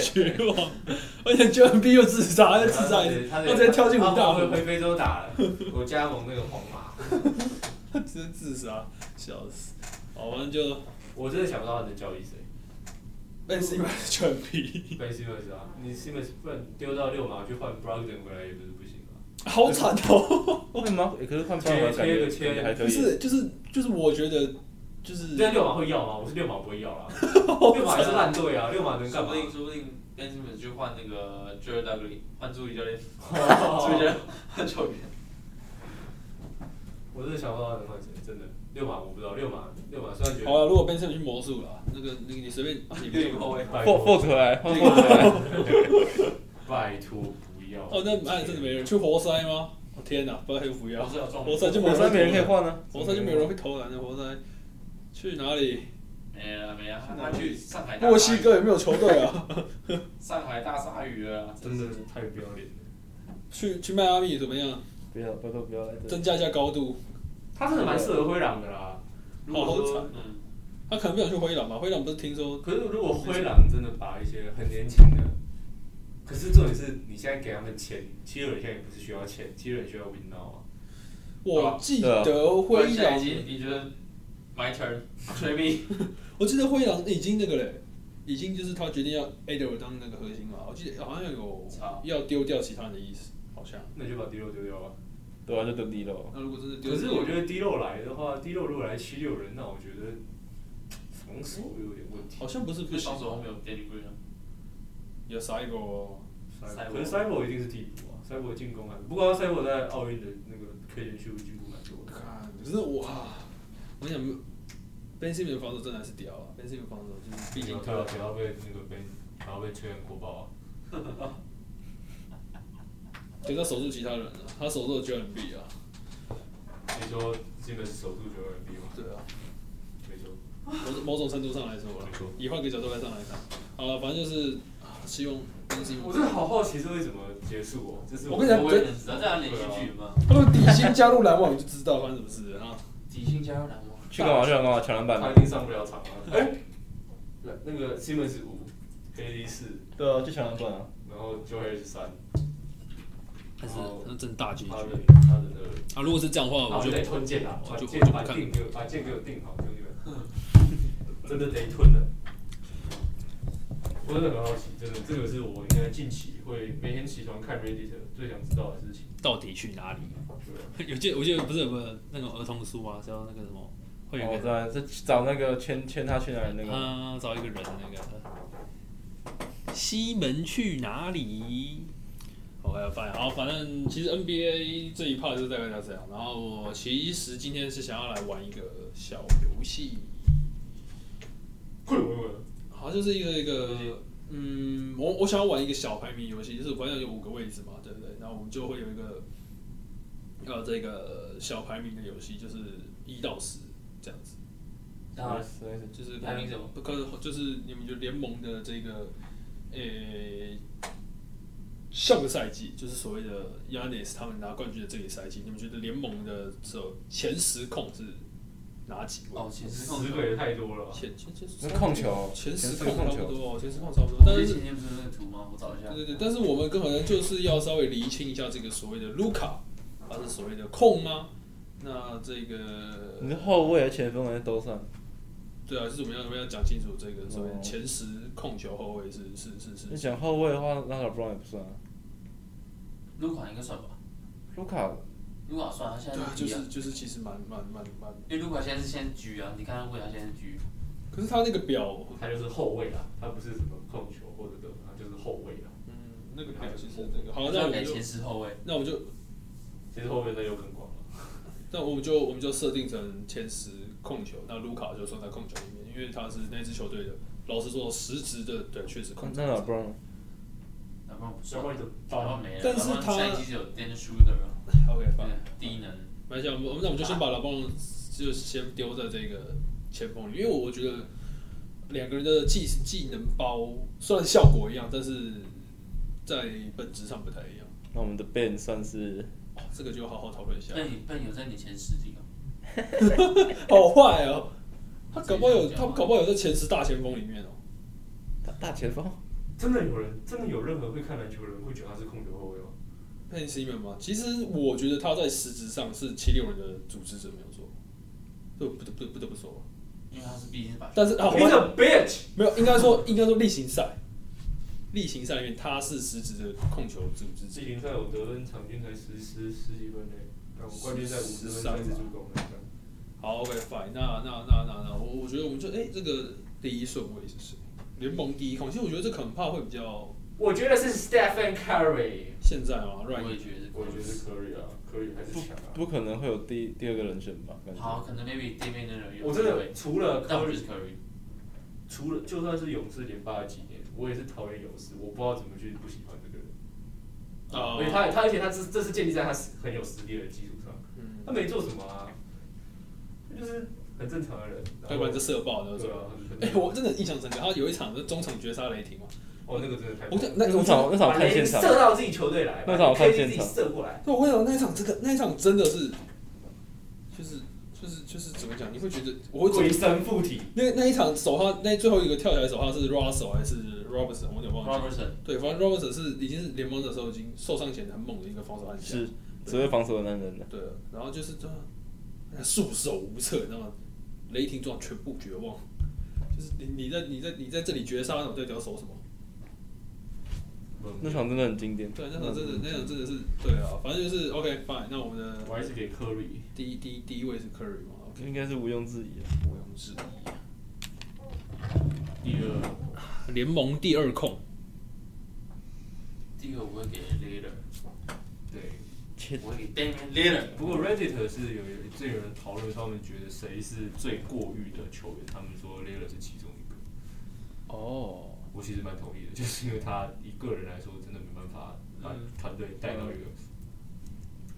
Speaker 1: 绝望，而且 j o h n B 又自杀，又自杀，
Speaker 2: 他
Speaker 1: 他直接跳进五大
Speaker 2: 回
Speaker 1: 湖，
Speaker 2: 回非洲打了，我加盟那个皇马，
Speaker 1: 他直接自杀，笑死。好，反正就
Speaker 2: 我真的想不到他能交易谁。
Speaker 1: Ben s i m m [LAUGHS] o n j o h n B，
Speaker 2: Ben Simmons 啊，你 Simmons 不然丢到六毛去换 Brogdon 回来也不是不行啊。
Speaker 1: 好惨哦。
Speaker 3: 为什么？欸可是换八毛感
Speaker 2: 切
Speaker 3: 觉
Speaker 2: 切
Speaker 3: 感觉还可以。
Speaker 1: 不是，就是就是，我觉得就是
Speaker 2: 对啊，六毛会要吗？我是六毛不会要
Speaker 1: [LAUGHS]
Speaker 2: 啦。六毛也是烂队啊，六毛能干
Speaker 4: 说
Speaker 2: 嘛
Speaker 4: 不？定说 [LAUGHS] 不定 Ben Simmons 去换那个 Jared Dudley，换助理教练，助理教
Speaker 2: 哦
Speaker 4: 练换球员。
Speaker 2: [LAUGHS] 我真的想不到他能换谁，真的。六毛我不知道，六毛六毛虽然觉
Speaker 1: 好了。啊
Speaker 2: 得
Speaker 1: 如果 Ben s i m m o n 去魔术了，那个那个你随便，你
Speaker 4: 对哦后卫
Speaker 2: 拜
Speaker 3: 霍
Speaker 2: 托
Speaker 3: 霍特来，换霍特来。
Speaker 2: [LAUGHS] 拜托不要。
Speaker 1: 哦，那那真的没人去活塞吗？我天哪，不要不要，
Speaker 4: 活塞有中
Speaker 1: 活塞
Speaker 3: [LAUGHS]
Speaker 1: 就
Speaker 3: 火
Speaker 1: 活
Speaker 3: 山
Speaker 1: 塞
Speaker 3: 没人可以，换啊呢，
Speaker 1: 活塞就没有人会投篮的，活塞去哪里？
Speaker 4: 没了没了，他去上海大鲨鱼
Speaker 1: 墨西哥有没有球队啊？
Speaker 4: 上海大鲨鱼了啊，
Speaker 2: 真的是太不要脸了。
Speaker 1: 去去迈阿密怎么样？
Speaker 3: 不要，拜托不要来这。
Speaker 1: 增加一下高度。
Speaker 2: 他真的蛮适合灰狼的啦。如果
Speaker 1: 好
Speaker 2: 说
Speaker 1: 惨，
Speaker 4: 嗯，
Speaker 1: 他可能不想去灰狼吧？灰狼不是听说
Speaker 2: 可是如果灰狼真的把一些很年轻的，可是重点是你现在给他们钱，七人现在也不是需要钱，七人需要 win now 啊。
Speaker 1: 我记得
Speaker 4: 不然
Speaker 1: 灰
Speaker 4: 下一
Speaker 1: 狼，
Speaker 4: 季你觉得 My turn，吹咪，
Speaker 1: 我记得灰狼已经那个嘞，已经就是他决定要 a d e r 当那个核心嘛。我记得好像有
Speaker 4: 操
Speaker 1: 要丢掉其他人的意思，好像。
Speaker 2: 那就把 D 肉丢掉吧。
Speaker 3: 对啊，就等低了。
Speaker 1: 那如果真的丢，
Speaker 2: 可是我觉得 D 肉来的话，D 肉如果来七六人，那我觉得防守有点问题。
Speaker 1: 好像不是不
Speaker 4: 不是
Speaker 1: 行
Speaker 4: 防，守后面有 Danny Green 啊，
Speaker 1: 有杀一个哦。
Speaker 2: Cyborg 可是 Cyber 一定是替补啊，Cyber 进攻啊，不过 Cyber 在奥运的那个 K 人数进步蛮多的。
Speaker 1: 看，可是我啊，我跟你讲，Ben Simmons 的防守真的还是屌啊，Ben Simmons 的防守就是，毕
Speaker 2: 毕
Speaker 1: 竟
Speaker 2: 竟他不要被那个被然后被吹人国宝啊。
Speaker 1: 就他守住其他人啊，他守住 j o h n B 啊，
Speaker 2: 你说基本守住九人 B 吗？
Speaker 1: 对啊，
Speaker 2: 没错。
Speaker 1: 某某种程度上来说啦啊
Speaker 2: 没错，
Speaker 1: 以换个角度来上来看，好了，反正就是啊希望 Ben
Speaker 2: 我
Speaker 1: Simmons，
Speaker 2: 真的好好奇这会怎么结束哦，这是
Speaker 1: 我跟你讲
Speaker 4: 我也很知道，这样连续剧嘛，
Speaker 1: 他们底薪加入篮网就知道发生什么事了啊，
Speaker 4: 底薪加入篮网，
Speaker 3: 去干嘛？去干嘛？抢篮板
Speaker 2: 他
Speaker 3: 吗
Speaker 2: 一？定上不了场啊。哎，那那个西门是五，黑利四，
Speaker 3: 对啊，去抢篮板啊。
Speaker 2: 然后 Joel 是三，
Speaker 1: 但是
Speaker 2: 哦
Speaker 1: 那真大结局
Speaker 2: 他的他的那个。
Speaker 1: 啊，如果是这样的话，
Speaker 2: 然
Speaker 1: 我
Speaker 2: 后
Speaker 1: 就
Speaker 2: 得吞剑啊，把
Speaker 1: 我就
Speaker 2: 剑
Speaker 1: 我就
Speaker 2: 把
Speaker 1: 不看嗯
Speaker 2: 剑给我把剑给我定好，兄弟们，真的得吞了。我真的很好奇，真的，这个是我应该近期会每天起床看 Reddit 最想知道的事情。
Speaker 5: 到底去哪里？ [LAUGHS]
Speaker 2: 对啊
Speaker 5: 有记，我记得不是有个那种儿童书啊，叫那个什么，会有
Speaker 3: 哦我
Speaker 5: 一
Speaker 3: 知
Speaker 5: 个
Speaker 3: 道，是找那个圈圈他去哪里那个。
Speaker 5: 啊，找一个人那个西门去哪里
Speaker 1: ，OK，反正好，反正其实 NBA 这一 part 就大概到这样，然后我其实今天是想要来玩一个小游戏。
Speaker 2: 会不会？
Speaker 1: 好，就是一个一个，嗯，我我想要玩一个小排名游戏，就是反正有五个位置嘛，对不对？然后我们就会有一个，呃，这个小排名的游戏，就是一到十这样子，
Speaker 4: 当然
Speaker 3: 实在是
Speaker 1: 就是
Speaker 4: 排名什么？
Speaker 1: 不可就是你们就联盟的这个，呃、上个赛季就是所谓的 Yanis 他们拿冠军的这个赛季，你们觉得联盟的首前十控是哪几位？
Speaker 4: 哦，其实控
Speaker 2: 十个也太多了吧？
Speaker 1: 前前前
Speaker 3: 那控球，
Speaker 1: 前
Speaker 3: 十
Speaker 1: 十
Speaker 3: 个
Speaker 1: 控
Speaker 3: 控
Speaker 1: 差
Speaker 3: 球，
Speaker 1: 不多哦，前十控差不多，但
Speaker 4: 但
Speaker 1: 是
Speaker 4: 是前天不是那个图吗？我找一下。
Speaker 1: 对对对，但是我们可能就是要稍微厘清一下这个所谓的卢卡，他是所谓的控吗？那这
Speaker 3: 你
Speaker 1: 个
Speaker 3: 是后卫、前锋还是都算？
Speaker 1: 对啊，就是我们要我们要讲清楚这个所谓的
Speaker 3: 哦
Speaker 1: 前十控球后卫是是是
Speaker 3: 你
Speaker 1: 是，
Speaker 3: 讲后卫的话，那 LeBron 也不算啊。
Speaker 4: 卢卡应该算吧，
Speaker 3: 卢卡
Speaker 4: 卢卡算，他现在
Speaker 1: 对啊，
Speaker 4: 是
Speaker 1: 就
Speaker 4: B 啊
Speaker 1: 是就是其实蛮蛮蛮蛮，
Speaker 4: 因为卢卡现在是先 G 啊，你看他为啥现在是 G？
Speaker 1: 可是他那个表，
Speaker 2: 他就是后卫啦，他不是什么控球或者什么，他就是后卫啊啦。
Speaker 1: 嗯，那个表其实那个好，那
Speaker 4: 要
Speaker 1: 我
Speaker 4: 给
Speaker 1: 们就
Speaker 4: 前十后卫，
Speaker 1: 那我们就
Speaker 2: 其实后卫那又更广了。
Speaker 1: 那我们就我们就设定成前十控球，那卢卡就算在控球里面，因为他是那支球队的，老实说实质的对确实控球
Speaker 3: 那 LeBron
Speaker 4: 然后不
Speaker 2: 要
Speaker 4: 算
Speaker 2: 不，然就
Speaker 4: 然
Speaker 2: 到
Speaker 4: 后没了。
Speaker 1: 但是
Speaker 4: 然后
Speaker 1: 他
Speaker 4: 下一季只有 Dan Shooter
Speaker 1: [LAUGHS]
Speaker 4: 啊，
Speaker 1: ，OK
Speaker 4: 对
Speaker 1: 反正。
Speaker 4: 低能。
Speaker 1: 没关系，我们那我们就先把老棒就先丢在这个前锋里，因为我觉得两个人的技技能包虽然效果一样，但是在本质上不太一样。
Speaker 3: 那我们的 Ben 算是
Speaker 1: 哦这个就好好讨论一下
Speaker 4: 那。你笨有在你前十几吗？
Speaker 1: 好坏哦，他搞不好有他搞不好有在前十大前锋里面哦。
Speaker 3: 大大前锋，
Speaker 2: 真的有人，真的有任何会看篮球的人会觉得他是控球后卫吗？
Speaker 1: 佩西们嘛，其实我觉得他在实质上是七六人的组织者，没有错，这我不得不不得不说。
Speaker 4: 因为他是毕竟是把
Speaker 1: 但是啊，
Speaker 2: He's
Speaker 1: 我
Speaker 2: a bitch。
Speaker 1: 没有，应该说应该说例行赛，例行赛里面他是实质的控球组织
Speaker 2: 季
Speaker 1: 者。
Speaker 2: 联赛我得分场均才十十十几分呢，但我冠军赛五十分三次助攻呢。
Speaker 1: 好，OK fine，那那那那那，我我觉得我们就哎、这个第一顺位是谁？联盟第一控，其实我觉得这恐怕会比较
Speaker 2: 我觉得是 Stephen Curry，
Speaker 1: 现在啊
Speaker 4: 我也
Speaker 1: ，right？
Speaker 4: 觉得是，
Speaker 2: 我觉得是 Curry 啊，Curry 还是强啊。
Speaker 3: 不可能会有第第二个人选吧？感
Speaker 4: 好，
Speaker 3: 觉
Speaker 4: 可能 maybe 对面的人有，
Speaker 2: 我真的除了
Speaker 4: 但我觉得
Speaker 2: Curry，
Speaker 4: 是 Curry，
Speaker 2: 除了就算是勇士连霸了几年，我也是讨厌勇士，我不知道怎么去不喜欢这个人。
Speaker 1: 啊
Speaker 2: 而且他他而且他这这是建立在他很有实力的基础上，
Speaker 1: 嗯，
Speaker 2: 他没做什么啊，他就是很正常的人。
Speaker 1: 要不然就社爆的，对
Speaker 2: 对
Speaker 1: 吧
Speaker 2: 啊？，
Speaker 1: 哎、我真的印象深刻，他有一场是中场绝杀雷霆嘛，
Speaker 2: 哦那个真的太
Speaker 1: 我想那
Speaker 3: 那
Speaker 1: 我
Speaker 3: 场那场我看现场啊
Speaker 2: 射，到自己球队来，
Speaker 3: 那场我看现场
Speaker 2: 把 KD 自己射过来，
Speaker 1: 对，我跟你讲，那一场真的，那一场真的是，就是就是就是怎么讲？你会觉得我会
Speaker 2: 鬼神附体。
Speaker 1: 那那一场首发，那最后一个跳起来首发是 Russell 还是 Robertson？我有点忘记。
Speaker 4: Robertson，
Speaker 1: 对，反正 Robertson 是已经是联盟的时候已经受伤前很猛的一个防守悍将。
Speaker 3: 是只会防守的男人啊的。
Speaker 1: 对，然后就是这样束手无策，你知道吗？雷霆状全部绝望，就是你你在你在你在这里绝杀，我在你要守什么？
Speaker 3: 那场真的很经典。
Speaker 1: 对，那场
Speaker 3: 嗯
Speaker 1: 真的那场真的是对啊，反正就是 OK fine。那我们的
Speaker 2: 我还是给 Curry。
Speaker 1: 第一第一第一位是 Curry 嘛，OK，
Speaker 3: 应该是毋庸置疑的。啊
Speaker 1: 毋庸置疑。
Speaker 4: 第二，
Speaker 1: 联盟第二控，
Speaker 4: 第二我会给 l a t e r
Speaker 2: 对，
Speaker 3: 切，
Speaker 4: 我会给 Damian l a t e r
Speaker 2: 不过 Reddit 是有有这有人讨论，他们觉得谁是最过誉的球员，他们说 l e l a 是其中一个。
Speaker 1: 哦，
Speaker 2: 我其实蛮同意的，就是因为他一个人来说真的没办法让团队带到一个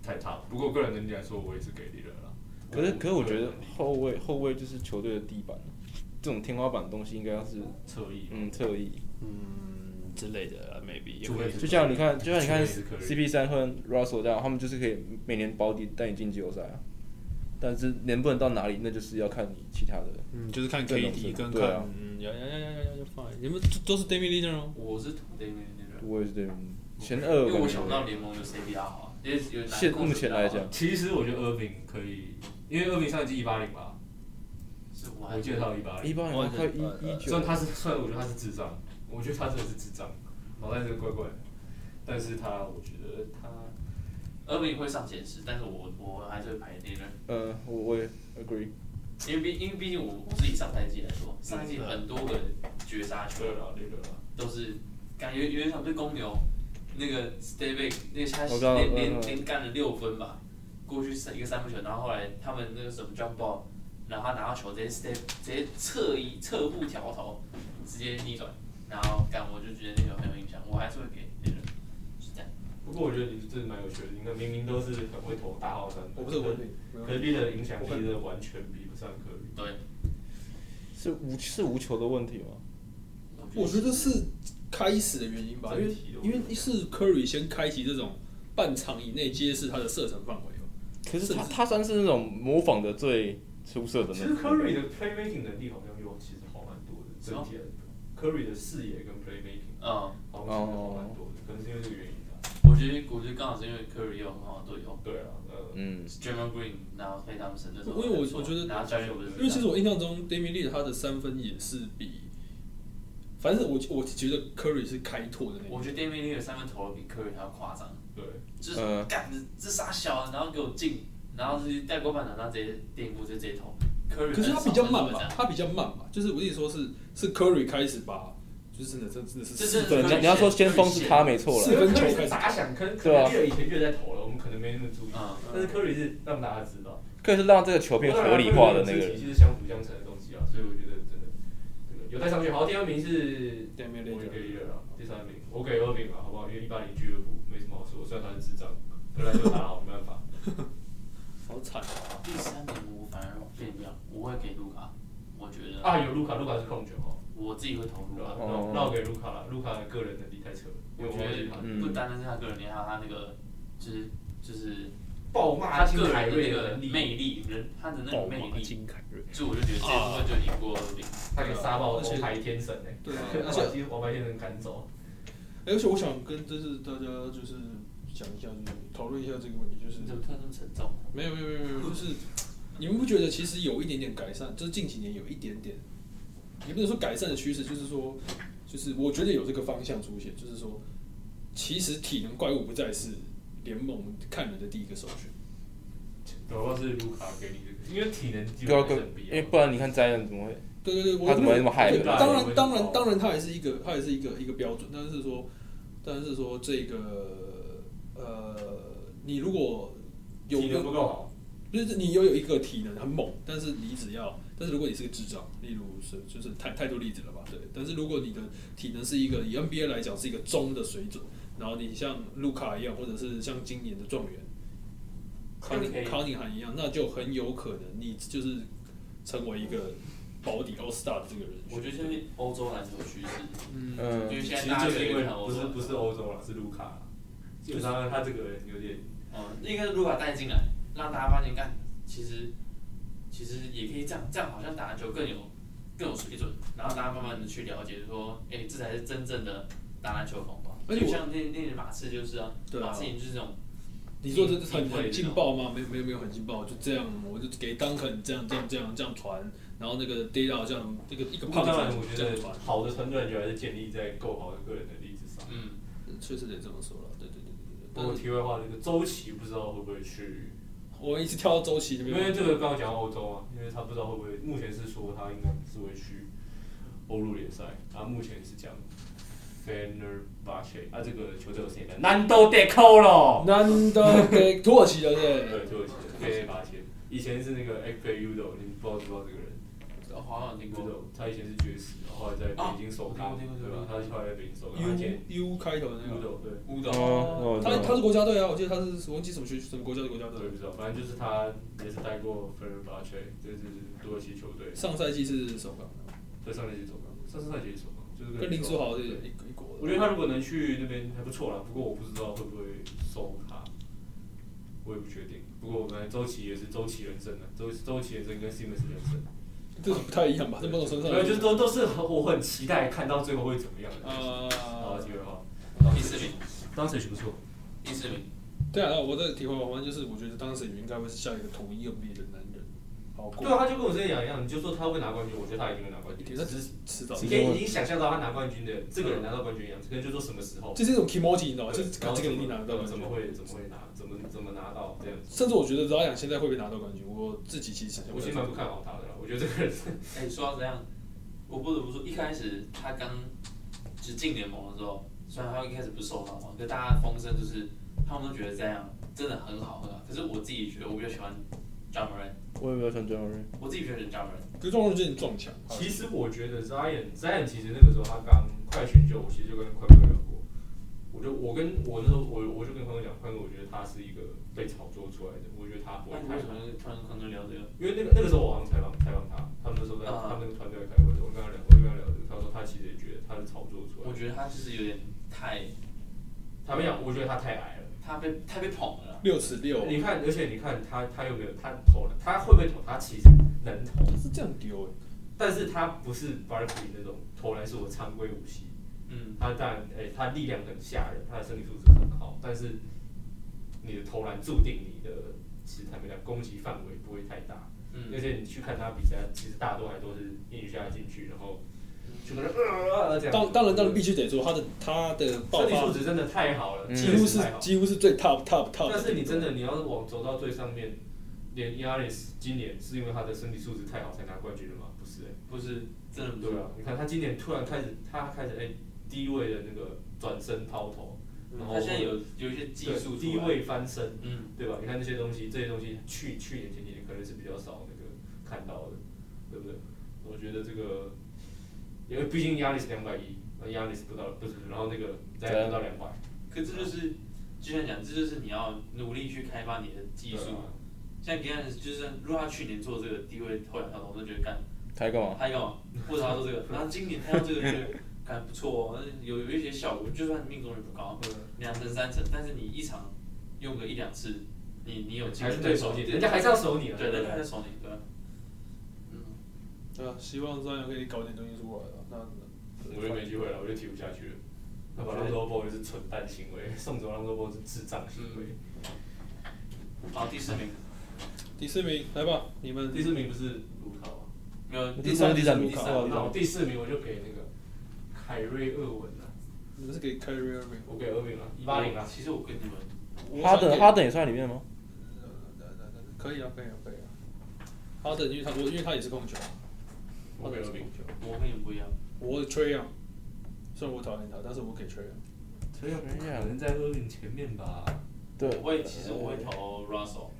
Speaker 2: 太差。不过个人能力来说，我也是给 l e l a 了。
Speaker 3: 可是可是我觉
Speaker 2: 个人
Speaker 3: 得
Speaker 2: 能力
Speaker 3: 后卫后卫就是球队的地板，啊这种天花板的东西应该要是
Speaker 2: 侧翼
Speaker 3: 嗯侧翼，
Speaker 5: 嗯之类的啊，maybe
Speaker 2: 除非是
Speaker 3: 就像你看就像你看
Speaker 2: 除非是
Speaker 3: CP 三和 Russell 这样，他们就是可以每年保底带你进季后赛啊。但是能不能到哪里，那就是要看你其他的。
Speaker 5: 嗯，就是看
Speaker 3: 阵容
Speaker 5: KD
Speaker 3: 是
Speaker 5: 跟
Speaker 3: 对啊
Speaker 5: 看，嗯，呀呀呀呀呀呀，fine，你们都都是 d a m i l e a d e r 哦，
Speaker 4: 我是投 Damian l a t e r
Speaker 3: 我也是这样，前二
Speaker 4: 因为
Speaker 3: 感
Speaker 4: 我
Speaker 3: 觉
Speaker 4: 想不到联盟有谁比较好，因为有
Speaker 3: 现目前来
Speaker 4: 啊
Speaker 3: 讲，
Speaker 2: 其实我觉得 Irving 可以，因为 Irving 上一季一八零吧，
Speaker 4: 是我还
Speaker 2: 我记得他有一八
Speaker 3: 一
Speaker 2: 零，
Speaker 3: 八年快一一
Speaker 2: 虽
Speaker 3: 九
Speaker 2: 然，他是，虽然我觉得他是智障，我觉得他真的是智障，脑袋真的怪怪的，但是他我觉得他
Speaker 4: Irving 会上前十，但是我我还是会排 l a t e r
Speaker 3: 呃，我我也 agree。
Speaker 4: 因为毕因为毕竟我我自己上赛季来说，上赛季很多个绝杀球
Speaker 2: 对了对了，
Speaker 4: 都是感觉有点像对公牛那个 stay back 那个他
Speaker 3: 我知道嗯
Speaker 4: 连
Speaker 3: 我
Speaker 4: 连
Speaker 3: 知道
Speaker 4: 连干了六分吧，过去三一个三分球，然后后来他们那个什么 jump ball，然后他拿到球直接 stay 直接侧一侧步调头，直接逆转，然后干我就觉得那球很有印象，我还是会给别人，是这样。
Speaker 2: 不过我觉得你真的蛮有趣的，你看明明都是很会投大号三分，
Speaker 1: 我不是文明，
Speaker 2: 可是 l e 的影响力真的完全比不上科比。
Speaker 4: 对，
Speaker 3: 是无是无球的问题吗？
Speaker 1: 我觉得是开始的原因吧，因为因为是 Curry 先开启这种半场以内揭示他的射程范围哦。
Speaker 3: 可是他
Speaker 1: 甚至
Speaker 3: 他算是那种模仿的最出色的
Speaker 2: 其
Speaker 3: 那
Speaker 2: 实
Speaker 3: 种。
Speaker 2: Curry 的 playmaking 能力好像比我其实好蛮多的，整体来说，Curry 的视野跟 playmaking
Speaker 4: 嗯，
Speaker 2: 好像其实好蛮多的，可能是因为这个原因吧。
Speaker 4: 我觉得我觉得刚好是因为 Curry 有很好的队友
Speaker 2: 对啊，呃，
Speaker 3: 嗯，
Speaker 4: j a m a Green，然后 Clay Thompson 那时候
Speaker 1: 因为我
Speaker 4: 还不错
Speaker 1: 我觉得
Speaker 4: 然后教练不是
Speaker 1: 因为其实我印象中 d a m i l e 他的三分也是比，反正我我觉得 Curry 是开拓的那
Speaker 4: 我
Speaker 1: 个，
Speaker 4: 觉得 d a m i n 那个三分投的比 Curry 还要夸张，
Speaker 2: 对，啊
Speaker 4: 就是
Speaker 1: 呃
Speaker 3: 嗯
Speaker 4: 干这这傻小，然后给我进，然后就是带过半场，然后直接垫一步就直接投。Curry
Speaker 1: 可是他
Speaker 4: 很
Speaker 1: 比
Speaker 4: 少
Speaker 1: 较
Speaker 4: 会
Speaker 1: 慢
Speaker 4: 这
Speaker 1: 吧
Speaker 4: 样，
Speaker 1: 他比较慢吧，就是我意思说是是 Curry 开始把，就是真的真真的是
Speaker 4: 这
Speaker 1: 四
Speaker 4: 这
Speaker 3: 对，
Speaker 1: 分
Speaker 3: 你
Speaker 4: 这
Speaker 3: 要你要说先锋是他没错
Speaker 1: 四
Speaker 3: 了，
Speaker 1: 分球
Speaker 2: 科里
Speaker 1: 开始
Speaker 2: 是打响，可能可
Speaker 3: 对啊
Speaker 2: 能 l 以前就在投了，我们可能没那么注意。
Speaker 4: 嗯，
Speaker 2: 但是科里是让大家知道，
Speaker 3: 可以是让这个球哦变合理化的那个
Speaker 2: 啊其
Speaker 3: 人。
Speaker 2: 实是相辅相成的东西啊，所以我觉得真的，这个有待商榷。好，第二名是
Speaker 1: d a m i
Speaker 2: 我
Speaker 1: l
Speaker 2: 也
Speaker 1: e
Speaker 2: 给一了，第三名我给二名吧，好不好？因为一八零俱乐部没什么好说，虽然他是智障，可是他就打好，没办法。
Speaker 1: 好惨，
Speaker 4: 第三名我反而变不了，我会给卢卡，我觉得
Speaker 2: 啊，有卢卡，卢卡是控球哦，
Speaker 4: 我自己会投卢
Speaker 2: 对吧
Speaker 1: 啊
Speaker 4: 卡。
Speaker 2: 那我那我给卢卡了，卢卡的个人能力太扯了，因为
Speaker 4: 我
Speaker 2: 我
Speaker 4: 觉
Speaker 2: 忘记
Speaker 4: 得
Speaker 2: 他。
Speaker 3: 嗯
Speaker 4: 不单单是他个人，你还有他那个就是就是
Speaker 2: 暴
Speaker 4: 他
Speaker 2: 骂金
Speaker 4: 个
Speaker 2: 凯
Speaker 4: 人的
Speaker 2: 瑞
Speaker 4: 那
Speaker 2: 的
Speaker 4: 个
Speaker 2: 能力，
Speaker 4: 魅力，人他的那
Speaker 5: 爆
Speaker 4: 个魅
Speaker 5: 马
Speaker 4: 力，
Speaker 5: 金凯瑞，
Speaker 4: 就我就觉得这部分就赢过零。
Speaker 2: 他给杀爆
Speaker 1: 而且
Speaker 2: 王牌天神哎，
Speaker 1: 对
Speaker 2: 他
Speaker 1: 而且
Speaker 2: 把金王牌天神赶走，
Speaker 1: 而且我想跟就是大家就是讲一下，就是讨论一下这个问题，就是
Speaker 4: 你怎么突然这么沉重？
Speaker 1: 没有没有没有没有，就是你们不觉得其实有一点点改善，就是近几年有一点点，也不能说改善的趋势，就是说，就是我觉得有这个方向出现，就是说，其实体能怪物不再是联盟看人的第一个首选。
Speaker 2: 搞不好是卢卡给你这个，因为体能基
Speaker 3: 对啊
Speaker 2: 本
Speaker 3: 跟
Speaker 2: 上很必
Speaker 3: 因为
Speaker 2: 要。
Speaker 3: 不然你看灾难怎么会？
Speaker 1: 对对对，我
Speaker 3: 他怎么会那么害人
Speaker 1: 对当然当然当然，它也是一个它也是一个一个标准，但是说，但是说这个呃，你如果有
Speaker 2: 体能
Speaker 1: 个
Speaker 2: 不够好，
Speaker 1: 就是你又有一个体能很猛，但是你只要，但是如果你是个智障，例如是就是太太多例子了吧，对。但是如果你的体能是一个以 NBA 来讲是一个中的水准，然后你像卢卡一样，或者是像今年的状元康
Speaker 4: 就可以
Speaker 1: 康宁汉一样，那就很有可能你就是成为一个保底 All Star 的这个人选。
Speaker 4: 我觉得现在欧洲篮球趋势，
Speaker 1: 嗯，
Speaker 3: 嗯
Speaker 4: 就，是
Speaker 2: 其
Speaker 4: 现
Speaker 2: 实
Speaker 4: 在大家
Speaker 2: 就是因为
Speaker 4: 看欧
Speaker 2: 不
Speaker 4: 洲
Speaker 2: 是
Speaker 4: 篮球
Speaker 2: 不是欧洲了，是卢卡啦。基本上他这个人有点，
Speaker 4: 哦，那应该是如果带进来，让大家发现，干，其实其实也可以这样，这样好像打篮球更有更有水准，然后大家慢慢的去了解说，哎、这才是真正的打篮球风吧。
Speaker 1: 而且
Speaker 4: 就
Speaker 1: 我
Speaker 4: 像那那马刺就是啊，
Speaker 1: 对啊
Speaker 4: 马刺就是这种，
Speaker 1: 你说这很很劲爆吗？没有没有没有很劲爆，就这样，我就给 Duncan 这样这样这样这样传，然后那个 Data 这样一个一个
Speaker 2: 不
Speaker 1: 胖
Speaker 2: 过当然
Speaker 1: 子
Speaker 2: 我觉
Speaker 1: 这样
Speaker 2: 得
Speaker 1: 传，
Speaker 2: 好的团队篮球还是建立在够好的个人能力之上。
Speaker 4: 嗯，
Speaker 1: 确实得这么说了，对对对对对。
Speaker 2: 不
Speaker 1: 但
Speaker 2: 过
Speaker 1: 是
Speaker 2: 题外话，这个周琦不知道会不会去，
Speaker 1: 我一直跳到周琦这
Speaker 2: 因为
Speaker 1: 边，
Speaker 2: 这个刚刚讲到欧洲啊，因为他不知道会不会，目前是说他应该是会去欧陆联赛，他目前是讲 Fenerbahce，啊这个球队有谁呢？南都 d e c o 咯，
Speaker 1: 难道给土耳其的
Speaker 2: 对，
Speaker 1: 对？
Speaker 2: 土耳其 Fenerbahce，以前是那个 e k b e Udo，你不知道知不知道这个人？
Speaker 4: 好像有听
Speaker 2: 不知道
Speaker 4: 过，
Speaker 2: 他以前是爵士，后来在
Speaker 1: 啊
Speaker 2: 北京首钢，
Speaker 4: 哦对对对
Speaker 2: 对吧？他是后来在北京首钢，他以前
Speaker 1: U U 开头的那个，
Speaker 2: Udo，对，
Speaker 4: 乌
Speaker 3: 哦
Speaker 4: 冬，
Speaker 3: 那我知道
Speaker 1: 他他是国家队啊，我记得他是我忘记什么学什么国家的国家
Speaker 2: 我也
Speaker 1: 队
Speaker 2: 不。知道，反正就是他也是带过 Fenerbahce，就是土耳其球队。
Speaker 1: 上赛季是首钢，
Speaker 2: 在上赛季走吧，上上赛季走吧，就是
Speaker 1: 跟林书豪是
Speaker 2: 对
Speaker 1: 一一国
Speaker 2: 我觉得他如果能去那边还不错啦，不过我不知道会不会收他，我也不确定。不过我们周琦也是周琦人生啊，周周琦人生跟 Simmons 人生，
Speaker 1: 这种不太一样吧？在某种程度
Speaker 2: 没有
Speaker 1: 上，
Speaker 2: 就是都都是很我很期待看到最后会怎么样的。
Speaker 1: 啊
Speaker 2: 好，，这个哈，
Speaker 4: 第四名，
Speaker 2: 当时不错，
Speaker 4: 第四名，
Speaker 1: 对啊，我的体会完就是，我觉得当时你应该会是下一个统一 NBA 的男人，好过
Speaker 2: 对啊，他就跟我之前讲一样，你就说他会拿冠军，我觉得他一定会拿冠军，
Speaker 1: 其实
Speaker 2: 只是
Speaker 1: 迟早。
Speaker 2: 你可以已经想象到他拿冠军的这个人拿到冠军一样，可能就说什么时候。
Speaker 1: 这是一种 k i m o j i 你知道吗？就是
Speaker 2: 然后
Speaker 1: 这个能力
Speaker 2: 怎么
Speaker 1: 拿得到冠
Speaker 2: 怎
Speaker 1: 军
Speaker 2: 么，会怎么会拿怎么怎么拿到这样子？
Speaker 1: 甚至我觉得老养现在会不会拿到冠军，我自己其实想象
Speaker 2: 我
Speaker 1: 不
Speaker 2: 其
Speaker 1: 到
Speaker 2: 实蛮不看好他的啦，我觉得这个人
Speaker 4: 哎、说到这样，我不得不说，一开始他刚只进联盟的时候，虽然他一开始不是受伤嘛，可大家风声就是他们都觉得这样真的很好很好。可是我自己觉得我比较喜欢 j a m a r a n
Speaker 3: 我也没有想专门。
Speaker 4: 我自己比较喜欢 j a m a r a n
Speaker 1: 可是撞入就是撞墙，
Speaker 2: 其实我觉得 Zion Zion 其实那个时候他刚快选秀，我其实就跟宽哥聊过，我就我跟我那时候我我就跟宽哥讲，宽哥我觉得他是一个被炒作出来的，我觉得他不会
Speaker 4: 那你
Speaker 2: 太
Speaker 4: 为什
Speaker 2: 好
Speaker 4: 么，突然跟哥聊这个？
Speaker 2: 因为那个那个时候我好像采访采访他，他们那时候在
Speaker 4: 啊
Speaker 2: 他们那个团队在开会的时候，我跟他聊，我就跟他聊这个，他说他其实也觉得他是炒作出来的，
Speaker 4: 我觉得他就是有点太，
Speaker 2: 他们讲我觉得他太矮了。
Speaker 4: 他被太被捧了啦。
Speaker 1: 六尺六，
Speaker 2: 你看，而且你看他，他有没有他投了？他会不会投？他其实能投，
Speaker 1: 他是这样丢哎、
Speaker 2: 但是他不是 Barkley 那种投篮是我常规武器。
Speaker 4: 嗯，
Speaker 2: 他当然，哎、他力量很吓人，他的身体素质很好，但是你的投篮注定你的，其实坦白讲，攻击范围不会太大。
Speaker 4: 嗯
Speaker 2: 而且你去看他比赛，其实大多还都是硬下进去，然后就跟他呃呃这样。
Speaker 1: 当当然当然必须得说他的他的爆
Speaker 2: 身体素
Speaker 1: 发
Speaker 2: 质真的太好了，
Speaker 3: 嗯
Speaker 1: 几
Speaker 2: 真
Speaker 1: 乎
Speaker 2: 的
Speaker 1: 是
Speaker 2: 太好。
Speaker 1: 几乎是最 top top top，
Speaker 2: 但是你真的你要是往走到最上面，连 Yaris 今年是因为他的身体素质太好才拿冠军的吗？不是、欸，
Speaker 4: 不是真的不
Speaker 2: 对
Speaker 4: 是。
Speaker 2: 啊，你看他今年突然开始，他开始哎、低位的那个转身抛投，然后
Speaker 4: 嗯他现在有有一些技术
Speaker 2: 对
Speaker 4: 出
Speaker 2: 低
Speaker 4: 来，
Speaker 2: 位翻身，
Speaker 4: 嗯，
Speaker 2: 对吧？你看这些东西，这些东西去去年前几年可能是比较少那个看到的，对不对？我觉得这个，因为毕竟压力是两百一，那压力是不到不是，然后那个再不到两百，
Speaker 4: 可这就是就像讲，这就是你要努力去开发你的技术
Speaker 2: 对啊。
Speaker 4: 像 g a n 就是，如果他去年做这个低位后仰跳投，我都觉得干
Speaker 3: 他在干嘛？
Speaker 4: 他要或者他做这个，然后今年他要这个觉得干不错哦，有有一些效果，就算命中率不高，
Speaker 2: 嗯
Speaker 4: 两成三成，但是你一场用个一两次，你你有机
Speaker 2: 还
Speaker 4: 会
Speaker 2: 是啊对手
Speaker 4: 手
Speaker 2: 你，
Speaker 4: 你，
Speaker 2: 人家还是要守你啊，
Speaker 4: 对，人
Speaker 2: 不
Speaker 4: 家还在守你，对吧。嗯，
Speaker 1: 对啊，希望张扬可以搞点东西出来啊。那
Speaker 2: 我就没机会了，我就踢不下去了。那把 r o n d o b o 是蠢蛋行为，送走 r o n d o b o 是智障行为。
Speaker 4: 好，第四名，
Speaker 1: 第四名来吧，你们
Speaker 2: 第四名不是卢卡吗？
Speaker 4: 没有
Speaker 3: 第三第三
Speaker 1: 卢
Speaker 3: 名，
Speaker 1: 卡
Speaker 3: 哦
Speaker 2: 那我第四名我就给那个凯瑞厄文了，
Speaker 1: 你们是给 Kyrie Irving，
Speaker 2: 我给厄文了，一八零啊。
Speaker 4: 其实我跟你们，
Speaker 1: 我
Speaker 3: 哈
Speaker 1: 想给
Speaker 3: 登哈登也算在里面吗？
Speaker 1: 可以啊，可以啊，可以啊。哈登，因为他我因为他也是控球，
Speaker 2: 我
Speaker 1: 哈
Speaker 2: 给
Speaker 1: 登也是
Speaker 2: 厄
Speaker 1: 控
Speaker 2: 文，
Speaker 1: 球。
Speaker 4: 我跟你们不一样。
Speaker 1: 我 Trey Young，虽然我讨厌他，但是我给 Trey Young。
Speaker 2: 所以可能哎在厄文前面吧？
Speaker 3: 对，
Speaker 4: 我会，其实我会投 Russell。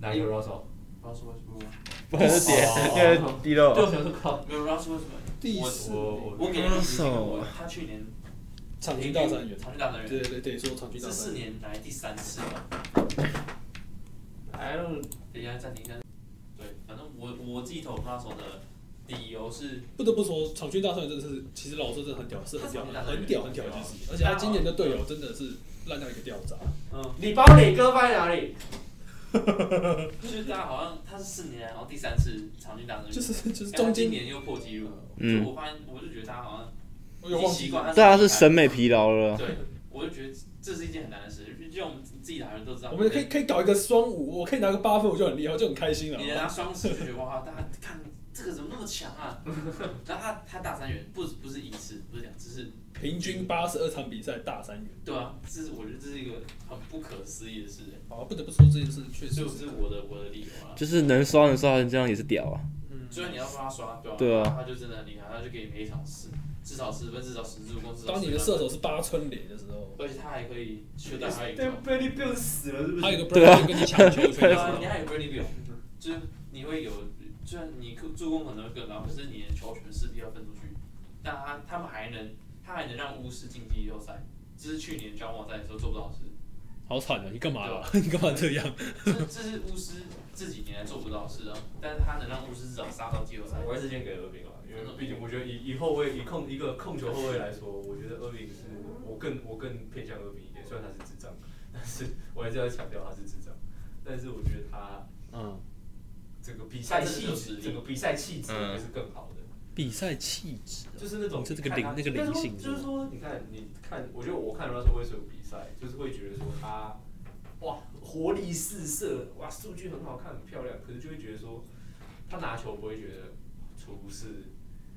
Speaker 2: 哪有 r o s s e [LAUGHS]
Speaker 4: Russell Westbrook 吗
Speaker 3: [LAUGHS] 不能点，因为低了
Speaker 2: 对，我想说靠，
Speaker 4: 没有 Russell Westbrook。
Speaker 1: 第
Speaker 4: 我
Speaker 1: 四
Speaker 2: 我
Speaker 1: 名，
Speaker 2: 我
Speaker 4: 我给你们几个我他去年
Speaker 1: 场均大三元。
Speaker 4: 场均大三元，
Speaker 1: 对对对，说场均大三
Speaker 4: 这四
Speaker 1: 元。
Speaker 4: 年来第三次吧。
Speaker 2: I don't
Speaker 4: 等一下暂停一下。对，反正我我自己投 Russell 的理由是，
Speaker 1: 不得不说，场均大三元真的是，其实老实说真的很屌，是很屌，很屌，很屌一件事情。
Speaker 4: 啊
Speaker 1: 而且他今年的队友真的是烂到一个掉渣。
Speaker 2: 你把你哥放在哪里？
Speaker 4: 就是大家好像他是四年来，然后第三次场均大三元，
Speaker 1: 就是就是
Speaker 4: 哎但他
Speaker 1: 中
Speaker 4: 今
Speaker 1: 间，
Speaker 4: 年又破纪录。
Speaker 3: 嗯
Speaker 4: 就我发现我就觉得他好像
Speaker 1: 我有忘
Speaker 4: 已经习
Speaker 1: 记
Speaker 4: 惯他
Speaker 3: 对啊，
Speaker 4: 是
Speaker 3: 是审美疲劳了。
Speaker 4: 对，我就觉得这是一件很难的事，就像我们自己打人都知道，
Speaker 1: 我们可以可以搞一个双五，我可以拿个八分，我就很厉害，我就很开心了。
Speaker 4: 你拿双十就觉得哇，大家看这个怎么那么强啊？ [LAUGHS] 然后他他大三元不是不是一次，不是两次，是
Speaker 1: 平均八十二场比赛大三元。
Speaker 4: 对啊，这是我觉得这是一个很不可思议的事，
Speaker 1: 啊，不得不说这件事确
Speaker 4: 所
Speaker 1: 实
Speaker 4: 以这
Speaker 1: 是
Speaker 4: 是我的我的理由啊。
Speaker 3: 就是能刷能刷成这样也是屌啊！
Speaker 1: 嗯，
Speaker 4: 虽然你要帮他刷，对吧、
Speaker 3: 对啊
Speaker 4: 他就真的很厉害，他就可以每一场四至少十分，至少十助攻，至少
Speaker 1: 当你的
Speaker 4: 10
Speaker 1: 射
Speaker 4: 分，
Speaker 1: 手是八春联的时候，
Speaker 4: 而且他还可以球带还有一个
Speaker 2: 哎对，被你病死了是不
Speaker 1: 还有
Speaker 2: 是？
Speaker 1: 一个 b r
Speaker 3: 啊
Speaker 1: a n 跟你抢球
Speaker 4: 对
Speaker 1: 权
Speaker 4: 啊，你还有 Bradley b i l 就是你会有，虽然你助攻可能会更高，可是你的球权势必要分出去。那他他们还能，他还能让巫师晋级季后赛，这是去年交往赛的时候做不到的事。
Speaker 5: 好惨啊！你干嘛
Speaker 1: [LAUGHS]
Speaker 5: 啦？你干嘛这样？
Speaker 4: [LAUGHS] 这这是巫师这几年来做不到的事啊，但是他能让巫师至少杀到季后赛。
Speaker 2: 我还是先给厄明啊，因为毕竟我觉得以以后卫以控一个控球后卫来说，我觉得厄明是我更我更偏向厄明一点，虽然他是智障，但是我还是要强调他是智障，但是我觉得他
Speaker 5: 嗯，
Speaker 2: 这个比赛气质，整个比赛气质还是更好的。
Speaker 5: 比赛气质啊，
Speaker 2: 就是那种
Speaker 5: 就这个
Speaker 2: 看他
Speaker 5: 灵那个灵
Speaker 2: 应该说
Speaker 5: 性
Speaker 2: 就是说，你看，你看，我觉得我看 Russell Westbrook 比赛，就是会觉得说他，哇，活力四射，哇，数据很好看，很漂亮，可是就会觉得说，他拿球不会觉得出事，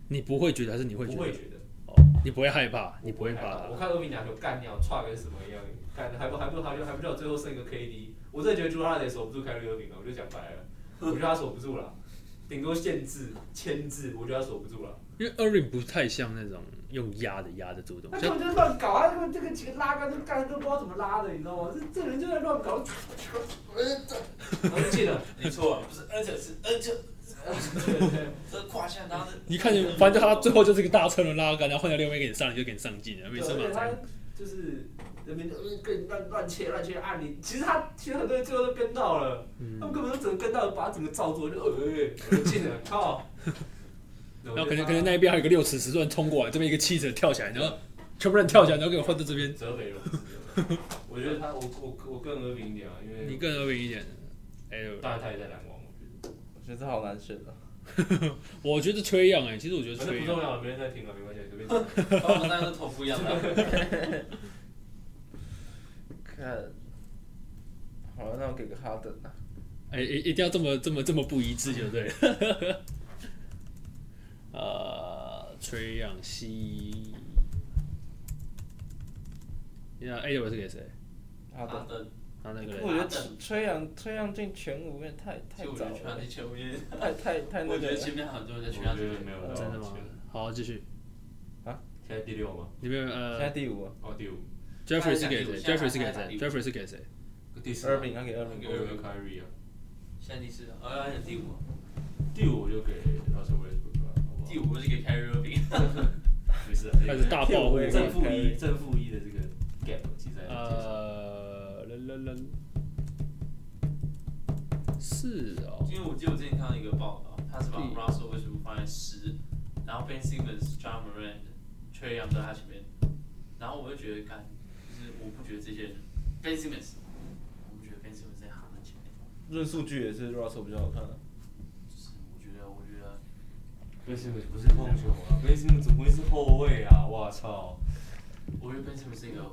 Speaker 5: 你不会觉得，还是你
Speaker 2: 不
Speaker 5: 会觉
Speaker 2: 会
Speaker 5: 得？
Speaker 2: 觉得，
Speaker 5: 哦，你不会害怕，你不会怕
Speaker 2: 我
Speaker 5: 他。
Speaker 2: 看厄明拿球干掉，踹跟什么一样，干还不还不还不还不叫最后剩一个 KD，我真的觉得朱拉德也守不住凯瑞厄明了，我就讲白了，我觉得他守不住了，顶多限制牵制，我觉得他守不住了。
Speaker 5: 因为 Irving 不太像那种用压的压得住的东
Speaker 2: 他
Speaker 5: 西，
Speaker 2: 根
Speaker 5: 像
Speaker 2: 本就是乱搞啊！这个这个几个拉杆都杆都不知道怎么拉的，你知道吗？这这人就在乱搞，然后就
Speaker 5: [LAUGHS]
Speaker 2: 进了。
Speaker 4: 你错了，不是，而且是而且
Speaker 2: 对对对
Speaker 4: 这胯下，然后这
Speaker 5: 你看见，反正他最后就是一个大车轮拉杆，然后换掉另外一个给你上，就给你上进了，没
Speaker 2: 对
Speaker 5: 事
Speaker 2: 而且他
Speaker 5: 嘛。
Speaker 2: 就是人民跟你乱乱切乱切按你，其实他其实很多人最后都跟到了，
Speaker 5: 嗯
Speaker 2: 他们根本就整个跟到，把他整个照做就呃呃进了，
Speaker 5: [LAUGHS]
Speaker 2: 靠！
Speaker 5: 然后可能可能那一边还有一个六尺十寸冲过来，这边一个七尺跳起来，然后全部人跳起来，然后给我换到这边。
Speaker 2: 泽北融资，我觉得他我我我更文明一点啊，因
Speaker 5: 你
Speaker 2: 为
Speaker 5: 更 Irving 一点。哎、
Speaker 2: 当然他也在篮网，我觉得
Speaker 3: 我觉得这好难选啊。
Speaker 5: 我觉得崔样哎、其实我觉得
Speaker 2: 反正
Speaker 5: 崔
Speaker 2: 不
Speaker 5: 样
Speaker 2: 重要了，没人在听了，没关系，随便讲。
Speaker 4: 把我们大家都头不一样了。
Speaker 3: 看，好了，那我给个哈登啊。
Speaker 5: 哎、一一定要这么这么这么不一致，就对 [LAUGHS] 了。呃，崔样西，那 A 我是给谁？
Speaker 3: 哈
Speaker 4: 阿
Speaker 3: 登，
Speaker 4: 登，
Speaker 5: 他那个
Speaker 3: 我
Speaker 5: 人
Speaker 3: 觉得崔杨崔杨进前五有点太
Speaker 4: 其
Speaker 3: 太
Speaker 4: 实我觉
Speaker 3: 早
Speaker 4: 得全
Speaker 3: 了，
Speaker 4: 力球员，
Speaker 3: 太太太
Speaker 4: 我
Speaker 3: 那
Speaker 4: 觉
Speaker 3: 个
Speaker 4: 得
Speaker 3: 了。
Speaker 4: 前面很多人在
Speaker 2: 我
Speaker 4: 全
Speaker 2: 觉
Speaker 4: 力
Speaker 2: 得没有到
Speaker 5: 真的吗？好，继续。
Speaker 2: 现在第六吗？
Speaker 5: 你们
Speaker 3: 现在
Speaker 5: 呃
Speaker 3: 第五啊，
Speaker 2: 哦，第五。
Speaker 5: ，Jeffrey 是给谁
Speaker 4: 现在
Speaker 5: ？Jeffrey 是给
Speaker 4: 现在
Speaker 5: 谁？Jeffrey 是给谁？
Speaker 2: 第四啊
Speaker 3: 二饼他给二饼
Speaker 4: 给。
Speaker 2: 我给凯瑞啊。
Speaker 4: 现在第四，呃，而且第五，
Speaker 2: 第五我就给 Russell Westbrook 了，好不好
Speaker 4: 第五是给 Carry
Speaker 3: [LAUGHS]
Speaker 4: Irving，
Speaker 2: 没事啊。
Speaker 5: 开始大爆
Speaker 3: 我也
Speaker 2: 正
Speaker 3: 给
Speaker 2: 负一
Speaker 3: Kyrie
Speaker 2: 正负一的这个 gap 其实还能接受
Speaker 5: 呃，啦啦啦，是哦，
Speaker 4: 因为我记得我之前看到一个报道，他是把 Russell Westbrook 放在十，然后 Ben Simmons、John Moran、Trey Young 在他前面，然后我就觉得，看，就是我不觉得这些人 Ben Simmons
Speaker 3: 论数据也是 Russell 比较好看啊。
Speaker 4: 就是我觉得，我觉得
Speaker 2: 贝斯不是控球啊，贝斯怎么会是后卫啊？我操
Speaker 4: 我觉得 Ben Simmons 是一个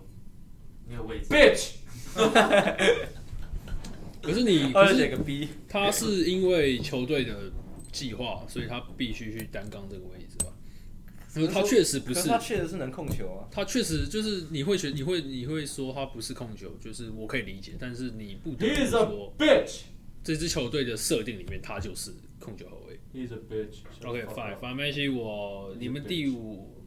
Speaker 4: 没有位置。
Speaker 2: ，bitch！
Speaker 5: 可是
Speaker 3: [LAUGHS]
Speaker 5: 你可
Speaker 3: 二写
Speaker 5: 是
Speaker 3: 个 B，
Speaker 5: 他是因为球队的计划，所以他必须去担纲这个位置吧？因为他确实不
Speaker 3: 可
Speaker 5: 是
Speaker 3: 他确实是能控球啊。
Speaker 5: 他确实就是你会觉你会你会说他不是控球，就是我可以理解，但是你不得
Speaker 2: He
Speaker 5: 不
Speaker 2: is a
Speaker 5: 说
Speaker 2: bitch.
Speaker 5: 这支球队的设定里面他就是控球后卫。
Speaker 2: He is a bitch.
Speaker 5: OK fine，反正没关系，我你们第五，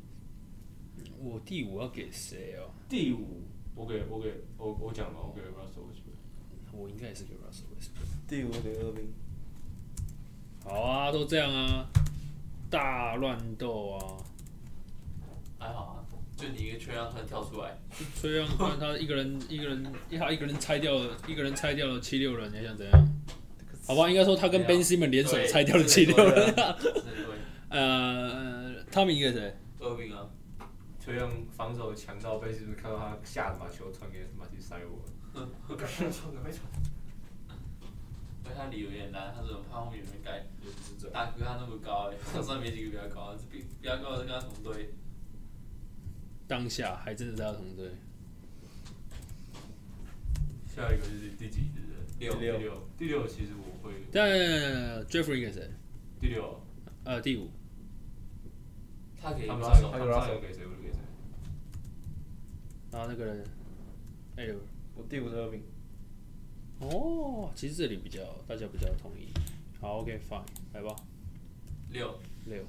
Speaker 5: 我第五要给谁哦？
Speaker 2: 第五，我给我给我我讲吧，我给 Russell Westbrook。
Speaker 5: 我应该也是给 Russell Westbrook。
Speaker 3: 第五给二兵，
Speaker 5: 好啊，都这样啊，大乱斗啊，
Speaker 4: 还好啊，就你一个缺让突然跳出来，
Speaker 5: 所以让让他一个人一个人他一个人拆掉了，一个人拆掉了七六人，你还想怎样？好吧，应该说他跟 Ben Simmons 联手
Speaker 4: 对
Speaker 5: 拆掉了七六人。
Speaker 4: 真的会
Speaker 5: [LAUGHS] 呃，他们一个谁？
Speaker 4: 二饼啊，
Speaker 2: 就用防守强到贝斯，看到他下着把球传给马蒂塞我，
Speaker 4: 因为他理由也难，他怎么怕后面有人盖？
Speaker 2: 也是这样。
Speaker 4: 大哥他那么高哎、 [LAUGHS] 欸，场上没几个比他高，比比他高的跟他同队，
Speaker 5: 当下还真的是他同队。
Speaker 2: 下一个就是第几日了？
Speaker 4: 六
Speaker 2: 第六，第六其实我会
Speaker 5: 但 Jeffrey 给谁？
Speaker 2: 第六，
Speaker 5: 呃，第五。
Speaker 4: 他可以
Speaker 2: 他
Speaker 4: 用
Speaker 2: 们
Speaker 4: 手
Speaker 2: 上他
Speaker 3: 他给
Speaker 2: 们
Speaker 3: Russell
Speaker 2: 上有给谁，我就给谁。
Speaker 5: 然后那个人，哎呦，
Speaker 3: 我第五是二兵。
Speaker 5: 哦，其实这里比较大家比较统一。好，OK fine，来吧，
Speaker 4: 六，
Speaker 5: 六。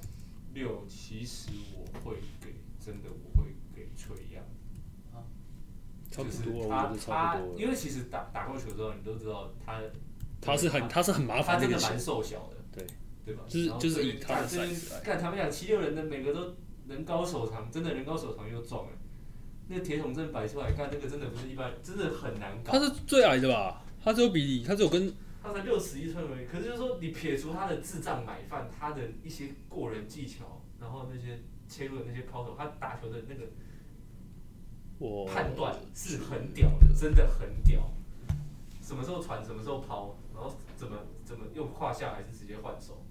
Speaker 2: 六其实我会给，真的我会给垂杨。
Speaker 5: 差不
Speaker 2: 就
Speaker 5: 多，我
Speaker 2: 是他
Speaker 5: 觉得差
Speaker 2: 他
Speaker 5: 不，多
Speaker 2: 因
Speaker 5: 了。
Speaker 2: 为其实打打过球之后，你都知道他
Speaker 5: 他是很他是很麻
Speaker 2: 他
Speaker 5: 烦的
Speaker 2: 真
Speaker 5: 一个
Speaker 2: 的
Speaker 5: 球
Speaker 2: 蛮，瘦小的，
Speaker 5: 对
Speaker 2: 对吧？
Speaker 5: 就是
Speaker 2: 然后
Speaker 5: 就是
Speaker 2: 对
Speaker 5: 以他的
Speaker 2: 干
Speaker 5: size 来
Speaker 2: 干他们俩七六人的每个都人高手长，真的人高手长又壮哎，那个铁桶阵摆出来，看那个真的不是一般，真的很难搞
Speaker 5: 他。是最矮的吧？他只有比他只有跟
Speaker 2: 他才六十一寸而已，可是就是说你撇除他的智障买饭，他的一些过人技巧，然后那些切入的那些抛投，他打球的那个
Speaker 5: 我
Speaker 2: 判断是很屌的，真的很屌。什么时候传，什么时候抛，然后怎么怎么用胯下，还是直接换手，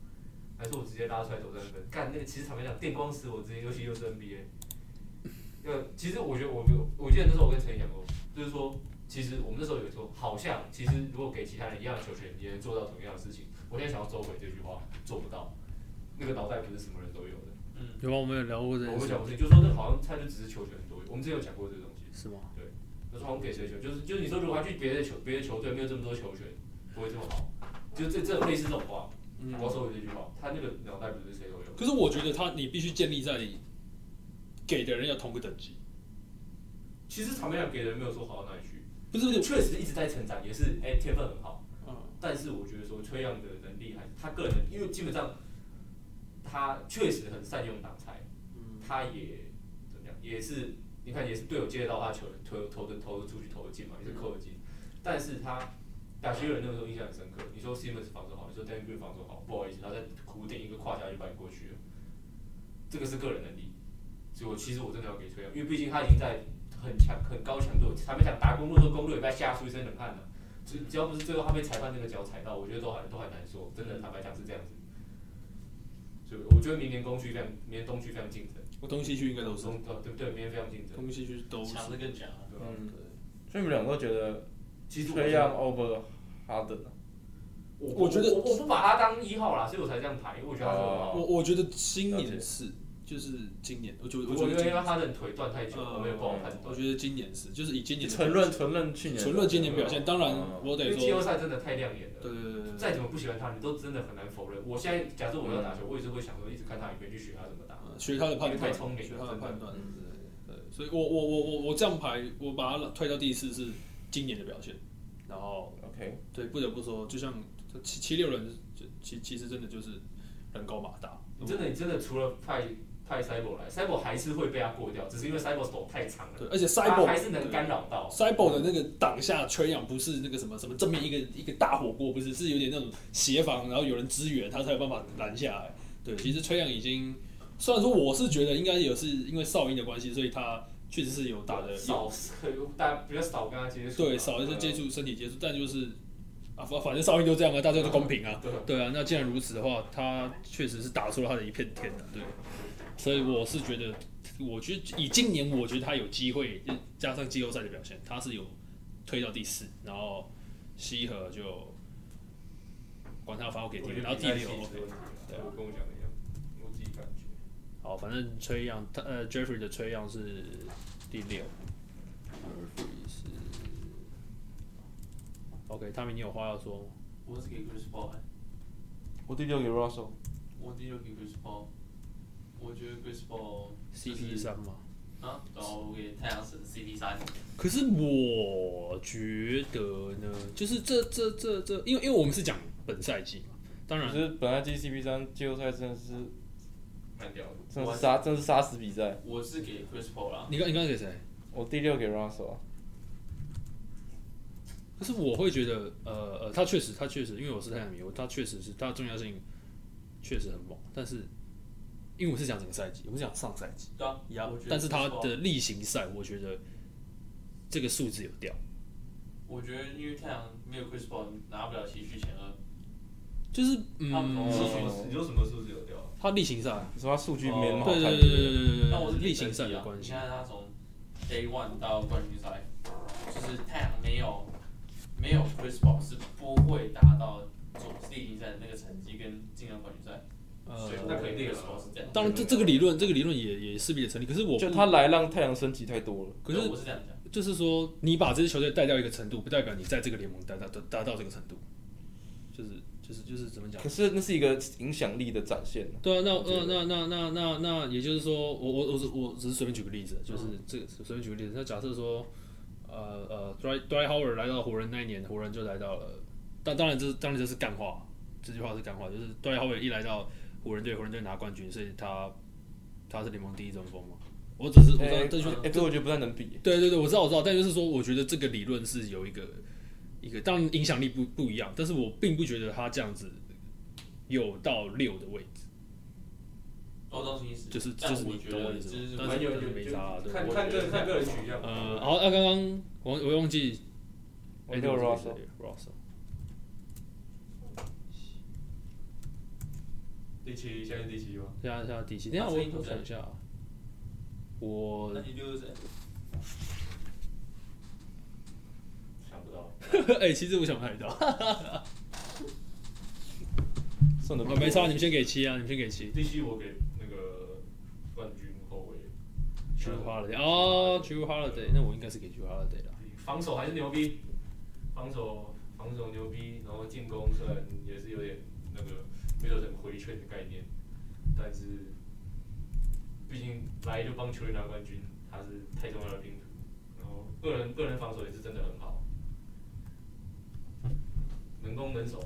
Speaker 2: 还是我直接拉出来投三分？干那个，其实坦白讲，电光石火之间，尤其又是 NBA。呃，其实我觉得我没有，我记得那时候我跟陈毅讲过，就是说，其实我们那时候有说，好像其实如果给其他人一样的球权，也能做到同样的事情。我现在想要收回这句话，做不到。那个脑袋不是什么人都有的。
Speaker 4: 嗯，
Speaker 5: 有吗？我们有聊过这件
Speaker 2: 我们
Speaker 5: 事
Speaker 2: 讲，过这，就是说那好像他就只是球权很多余。我们之前有讲过这个东西。
Speaker 5: 是吗？
Speaker 2: 就是好像给谁球，就是就是你说如果他去别的球别的球队没有这么多球权，不会这么好，就是这这种类似这种话，我要收回这句话，他那个脑袋不是谁都有，
Speaker 5: 可是我觉得他你必须建立在给的人要同个等级，
Speaker 2: 其实场面上给人没有说好到哪里去，
Speaker 5: 不是不是，
Speaker 2: 确实一直在成长，也是哎、天分很好，
Speaker 5: 嗯，
Speaker 2: 但是我觉得说崔样的能力还是他个人的，因为基本上他确实很善用挡拆，他也怎么样，也是你看也是队友接得到他球，投投的投的出去投的进嘛，也是扣的进，但是他打球人那个时候印象很深刻。你说 Simmons 防守好，你说 d a n i Green 防守好，不好意思，他在弧顶一个胯下就把你过去了，这个是个人能力，所以我其实我真的要给崔样，因为毕竟他已经在很强很高强度，他们想打公路的时候，公路也被他吓出一身冷汗了。只只要不是最后他被裁判那个脚踩到，我觉得都还都还难说。真
Speaker 1: 嗯
Speaker 2: 的，坦白讲是这样子。所以我觉得明年东区非常，明年东区非常竞争。
Speaker 1: 我东西区应该都是，
Speaker 2: 中对对，明年非常竞争。
Speaker 1: 东西区都是。
Speaker 4: 强的更强啊。
Speaker 2: 对吧？
Speaker 3: 嗯，所以你们两个觉得
Speaker 2: 其实我
Speaker 3: 崔样 over Harden 啊
Speaker 2: 我
Speaker 1: 我觉得哦
Speaker 2: 我我不把他当一号啦，所以我才这样排，因为我觉得他是二号。
Speaker 1: 我我觉得今
Speaker 3: 了解
Speaker 1: 年是，就是今年，我觉得
Speaker 2: 我觉
Speaker 1: 觉得嗯
Speaker 2: 得
Speaker 1: 今
Speaker 2: 因为
Speaker 1: 年，
Speaker 2: 他的腿断太久，我没有办法判
Speaker 1: 我
Speaker 2: 断。
Speaker 1: 觉得今年是，就是以今年的
Speaker 3: 纯论纯论去年，
Speaker 1: 纯论今年表现，当然
Speaker 3: 嗯
Speaker 1: 我
Speaker 2: 哦因
Speaker 1: 得
Speaker 2: 为季后
Speaker 1: 说，
Speaker 2: 赛真的太亮眼了。
Speaker 1: 对对对对对，
Speaker 2: 再怎么不喜欢他，你都真的很难否认。我现在假设我要打
Speaker 1: 嗯
Speaker 2: 球，我也是会想说一直看他影片去学他怎么打。
Speaker 1: 呃学他的判
Speaker 2: 因为
Speaker 1: 断，
Speaker 2: 太聪明了
Speaker 1: 学他的
Speaker 2: 真的
Speaker 1: 判断，对对，所以我我我我我这样排，我把他推到第四是今年的表现，然后
Speaker 3: 哦 OK，
Speaker 1: 对，不得不说，就像七七六人，就其其实真的就是人高马大，
Speaker 2: 你真
Speaker 5: 哦
Speaker 2: 的你真的除了派派 Cyber 来，Cyber 还是会被他过掉，只是因为 Cyber 手太长了，
Speaker 1: 对，而且
Speaker 2: 他
Speaker 1: Cyber
Speaker 2: 啊还是能干扰到。
Speaker 1: Cyber 的那个挡下缺氧不是那个什么什么正面一个一个大火锅，不是是有点那种协防，然后有人支援他才有办法拦下来。对，其实崔杨已经，虽然说我是觉得应该也是因为哨音的关系，所以他确实是有打的
Speaker 2: 少，大家比较少跟他接触吧。
Speaker 1: 对少一些接触身体接触，但就是
Speaker 5: 啊，反反正少运就这样啊，大家都公平啊。
Speaker 2: [LAUGHS] 对
Speaker 5: 对啊，那既然如此的话，他确实是打出了他的一片天啊。对，所以我是觉得，我觉得以今年，我觉得他有机会，就加上季后赛的表现，他是有推到第四，然后西河就管他发我给第
Speaker 2: 我
Speaker 5: 六，
Speaker 2: 觉
Speaker 5: 然
Speaker 2: 得
Speaker 5: 后
Speaker 2: 比
Speaker 5: 第
Speaker 2: 赛
Speaker 5: 六
Speaker 2: 细致
Speaker 5: OK
Speaker 2: 问题啊我跟我讲的一样，我自己感觉。
Speaker 5: 好，反正崔样，他呃 Jeffrey 的崔样是第六。Jeffrey 是 OK，他明天有话要说吗？
Speaker 4: 我是给 Chris Paul，的
Speaker 3: 我第六给 Russell，
Speaker 4: 我第六给 Chris Paul，我觉得 Chris Paul 就是
Speaker 5: CP 三吗？
Speaker 4: 啊，然后我给太阳神 CP 三，
Speaker 5: 可是我觉得呢，就是这这这这，因为因为我们是讲本赛季嘛，当
Speaker 3: 可
Speaker 5: 然
Speaker 3: 是本来 GCP 三季后赛真的是
Speaker 2: 慢掉了，
Speaker 3: 真的
Speaker 4: 我
Speaker 3: 是杀真的是杀死比赛，
Speaker 4: 我是给 Chris Paul 啦，
Speaker 5: 你刚你刚才给谁？
Speaker 3: 我第六给 Russell 啊，
Speaker 5: 可是我会觉得，呃呃，他确实他确实，因为我是太阳迷，我他确实是他的重要性确实很猛，但是因为我是讲整个赛季，我们是讲上赛季，
Speaker 4: 对啊，
Speaker 5: 呀
Speaker 4: 我觉得
Speaker 5: 但是他
Speaker 4: Chris Paul-
Speaker 1: 啊
Speaker 5: 的例行赛，我觉得这个数字有掉，
Speaker 4: 我觉得因为太阳没有 Chris Paul 拿不了西区前二，
Speaker 5: 就是
Speaker 4: 他们
Speaker 5: 嗯
Speaker 4: 哦，
Speaker 2: 数据你说什么数字有掉啊？
Speaker 5: 他例行赛，
Speaker 3: 你说他数据没那么好
Speaker 5: 哦对
Speaker 3: 看，
Speaker 5: 对对
Speaker 3: 不
Speaker 5: 对对对对
Speaker 4: 那我
Speaker 5: 对，
Speaker 4: 是
Speaker 5: 例
Speaker 4: 例
Speaker 5: 行
Speaker 4: 行
Speaker 5: 赛
Speaker 4: 赛
Speaker 5: 的
Speaker 4: 的
Speaker 5: 关
Speaker 4: 关
Speaker 5: 系
Speaker 4: 系。你，看啊他从 Day One 到冠军赛，就是太阳没有没有 Chris Paul 是不会达到总例行赛的那个成绩跟进入冠军赛，
Speaker 5: 呃
Speaker 4: 所以，
Speaker 2: 那
Speaker 4: 我
Speaker 2: 肯
Speaker 4: 给
Speaker 2: 定
Speaker 4: Chris
Speaker 2: 啊
Speaker 4: Paul 是这样。
Speaker 5: 当然这这个理论这个理论也也势必得成立，可是我
Speaker 3: 就
Speaker 5: 不
Speaker 3: 他来让太阳升级太多了。
Speaker 5: 可是
Speaker 4: 对我是这样讲，
Speaker 5: 就是说，你把这支球队带到一个程度，不代表你在这个联盟待到达到这个程度，就是就是就是怎么讲
Speaker 3: 可？是那是一个影响力的展现，
Speaker 5: 对啊，那
Speaker 3: 我觉
Speaker 5: 呃那
Speaker 3: 得
Speaker 5: 那那那那，也就是说，我我我只我只是随便举个例子，就是这个随便举个例子。那假设说，呃呃 d r y d r y Howard 来到湖人那一年，湖人就来到了，但当然这当然这是干话，这句话是干话，就是 d r y Howard 一来到湖人队，湖人队拿冠军，所以他他是联盟第一中锋嘛。我只是我知道
Speaker 3: 哎
Speaker 5: 这句
Speaker 3: 哎，这我觉得不太能比。
Speaker 5: 对对对，我知道我知道，但就是说，我觉得这个理论是有一个一个，当然影响力不不一样，但是我并不觉得他这样子有到六的位置，
Speaker 4: 我懂你意思，
Speaker 5: 就是就
Speaker 4: 但
Speaker 5: 是
Speaker 4: 我
Speaker 5: 你
Speaker 4: 觉
Speaker 5: 懂我
Speaker 4: 得
Speaker 5: 意
Speaker 4: 就
Speaker 5: 思吗？
Speaker 4: 是
Speaker 5: 但
Speaker 2: 蛮
Speaker 5: 是
Speaker 2: 有
Speaker 5: 但是
Speaker 2: 有
Speaker 5: 没
Speaker 2: 就
Speaker 5: 差啊，对
Speaker 2: 看
Speaker 5: 我
Speaker 2: 看个看个人取向。
Speaker 5: 呃，好，那刚刚我我忘记，哎
Speaker 3: 我六 Russell，
Speaker 5: Russell，
Speaker 2: 第七，现在第七吗？
Speaker 5: 现在现在第七，等一下
Speaker 4: 啊所以你
Speaker 5: 我我
Speaker 4: 投谁
Speaker 5: 想一下啊，我
Speaker 4: [LAUGHS] 那你就是谁？
Speaker 2: 想不到，
Speaker 5: 哎，其实我想不太到，
Speaker 3: [LAUGHS] 送的
Speaker 5: 啊没差，你们先给七啊，你们先给七，
Speaker 2: 第七我给那个冠军后卫，
Speaker 5: j e w Holiday 哦 j e w Holiday，那我应该是给 j e w Holiday 啦。
Speaker 2: 防守还是牛逼，防守防守牛逼，然后进攻虽然也是有点那个没有什么回圈的概念，但是毕竟来就帮球队拿冠军，他是太重要的拼图。然后个人个人防守也是真的很好，能攻能守，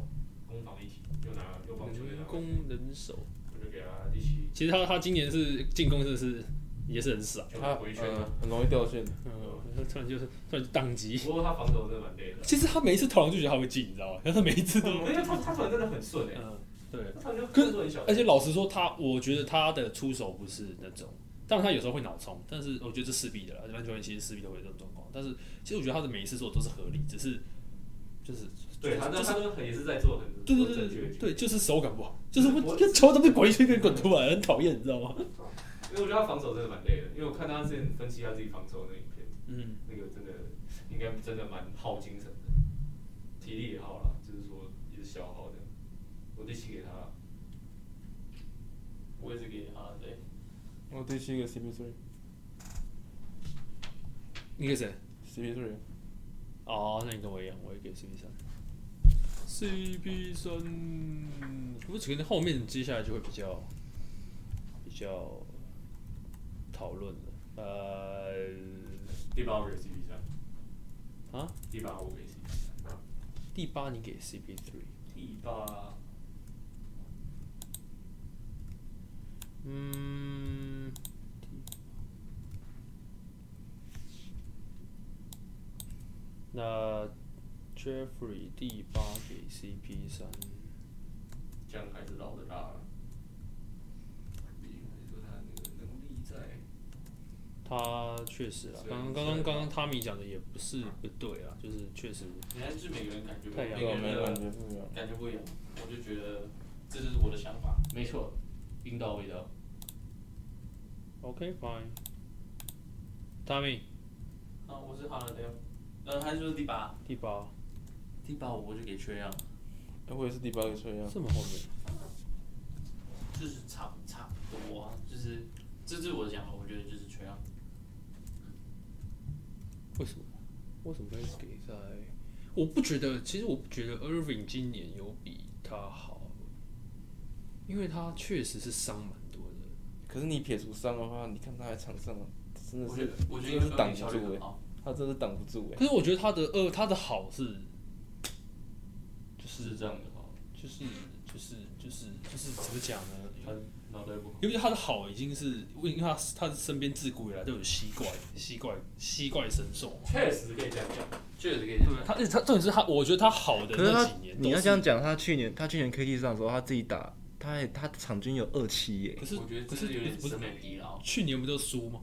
Speaker 2: 攻防一体，又拿又帮球队拿
Speaker 5: 人
Speaker 2: 冠
Speaker 5: 工
Speaker 2: 军，
Speaker 5: 人手，
Speaker 2: 我就给他第七，
Speaker 5: 其实他他今年是进攻真的是也是很傻，
Speaker 2: 就
Speaker 3: 他
Speaker 2: 回圈
Speaker 5: 啊
Speaker 3: 呃
Speaker 2: 了。
Speaker 3: 很容易掉线。
Speaker 5: 嗯，突然就是突然就宕机。
Speaker 2: 不过他防守真的蛮累的，
Speaker 5: 其实他每一次投篮就觉得他会进，你知道吗？但是每一次都， [LAUGHS]
Speaker 2: 因为他他突然真的很顺哎、
Speaker 5: 嗯，对。
Speaker 2: 他突然就
Speaker 5: 可是
Speaker 2: 很小，
Speaker 5: 而且老实说，他我觉得他的出手不是那种，当然他有时候会脑冲，但是我觉得这势必的啦，篮球员其实势必都会有这种状况。但是其实我觉得他的每一次做都是合理，只是就是
Speaker 2: 对，他那
Speaker 5: 就是
Speaker 2: 他都很也是在做很
Speaker 5: 对
Speaker 2: 多
Speaker 5: 对对
Speaker 2: 正确
Speaker 5: 对
Speaker 2: 的决定，
Speaker 5: 对，就是手感不好，就是我
Speaker 2: 我
Speaker 5: 这球怎么滚一圈跟滚出来，很讨厌，你知道吗？
Speaker 2: 因为我觉得他防守真的蛮累的，因为我看他之前分析他自己防守的那影片，
Speaker 5: 嗯，
Speaker 2: 那个真的应该真的蛮耗精神的，体力也耗了，就是说也是消耗的。我第七给他啦，
Speaker 4: 我也是给啊，对，
Speaker 3: 我第七个 CP three，CP
Speaker 5: 你给谁？
Speaker 3: three，
Speaker 5: 哦，那你跟我一样，我也给 CP 三。CP 三，我只觉得后面接下来就会比较比较讨论了。呃，
Speaker 2: 第八我给 CP 三，
Speaker 5: 啊，
Speaker 2: 第八我给 CP 三，
Speaker 5: 第八你给 CP three，
Speaker 2: 第八
Speaker 5: 嗯，那 Jeffrey 第八给 CP 三，
Speaker 2: 这样还是老的大了，毕竟还是说他那个能力在，
Speaker 5: 他确实啊，
Speaker 2: 所以
Speaker 5: 刚刚刚刚刚刚汤米讲的也不是不对啊，就是确实
Speaker 4: 原来是每个人感觉不
Speaker 5: 太
Speaker 4: 一样，
Speaker 5: 阳
Speaker 4: 每
Speaker 3: 对啊，没感
Speaker 4: 个人的
Speaker 3: 觉不一样。
Speaker 4: 感觉不一样，我就觉得这就是我的想法。
Speaker 2: 没错，冰到味道。
Speaker 5: OK fine。汤米
Speaker 4: 那哦我是 Holiday，呃，他就是第八，
Speaker 5: 第八，
Speaker 4: 第八我就给缺氧，
Speaker 3: 哎我也是第八个车样。
Speaker 5: 这么后面，
Speaker 4: 就是差差不多啊，就是这就是我的想法，我觉得就是缺氧。
Speaker 5: 为什么？为什么会给在？我不觉得，其实我不觉得 Irving 今年有比他好，因为他确实是伤蛮多的。
Speaker 3: 可是你撇除伤的话，你看他在场上啊真的
Speaker 4: 我觉
Speaker 3: 是
Speaker 4: 得，我觉
Speaker 3: 真
Speaker 4: 得
Speaker 3: 的是挡不
Speaker 4: 效率
Speaker 3: 住
Speaker 4: 很
Speaker 3: 哎，
Speaker 4: 好，
Speaker 3: 他真的是挡不住哎。
Speaker 5: 可是我觉得他的呃，他的好是，就是
Speaker 2: 是这样的哦，
Speaker 5: 就是就是就是就是怎么讲
Speaker 2: 他
Speaker 5: 呢？
Speaker 2: 脑袋不好。
Speaker 5: 因为他的好已经是，因为他他身边自古以来都有吸怪吸怪吸怪神兽。
Speaker 2: 确实可以这样讲，
Speaker 4: 确实可以
Speaker 5: 对，他他重点是他，我觉得他好的
Speaker 3: 可
Speaker 5: 那
Speaker 3: 是他
Speaker 5: 几年，
Speaker 3: 你要这样，讲，他去年他去年 KT 上的时候，他自己打，他也他场均有二七耶
Speaker 5: 可。是
Speaker 4: 我觉得
Speaker 5: 可
Speaker 4: 这
Speaker 5: 是
Speaker 4: 是有点
Speaker 5: 不是
Speaker 4: 审美疲劳。
Speaker 5: 去年不就输吗？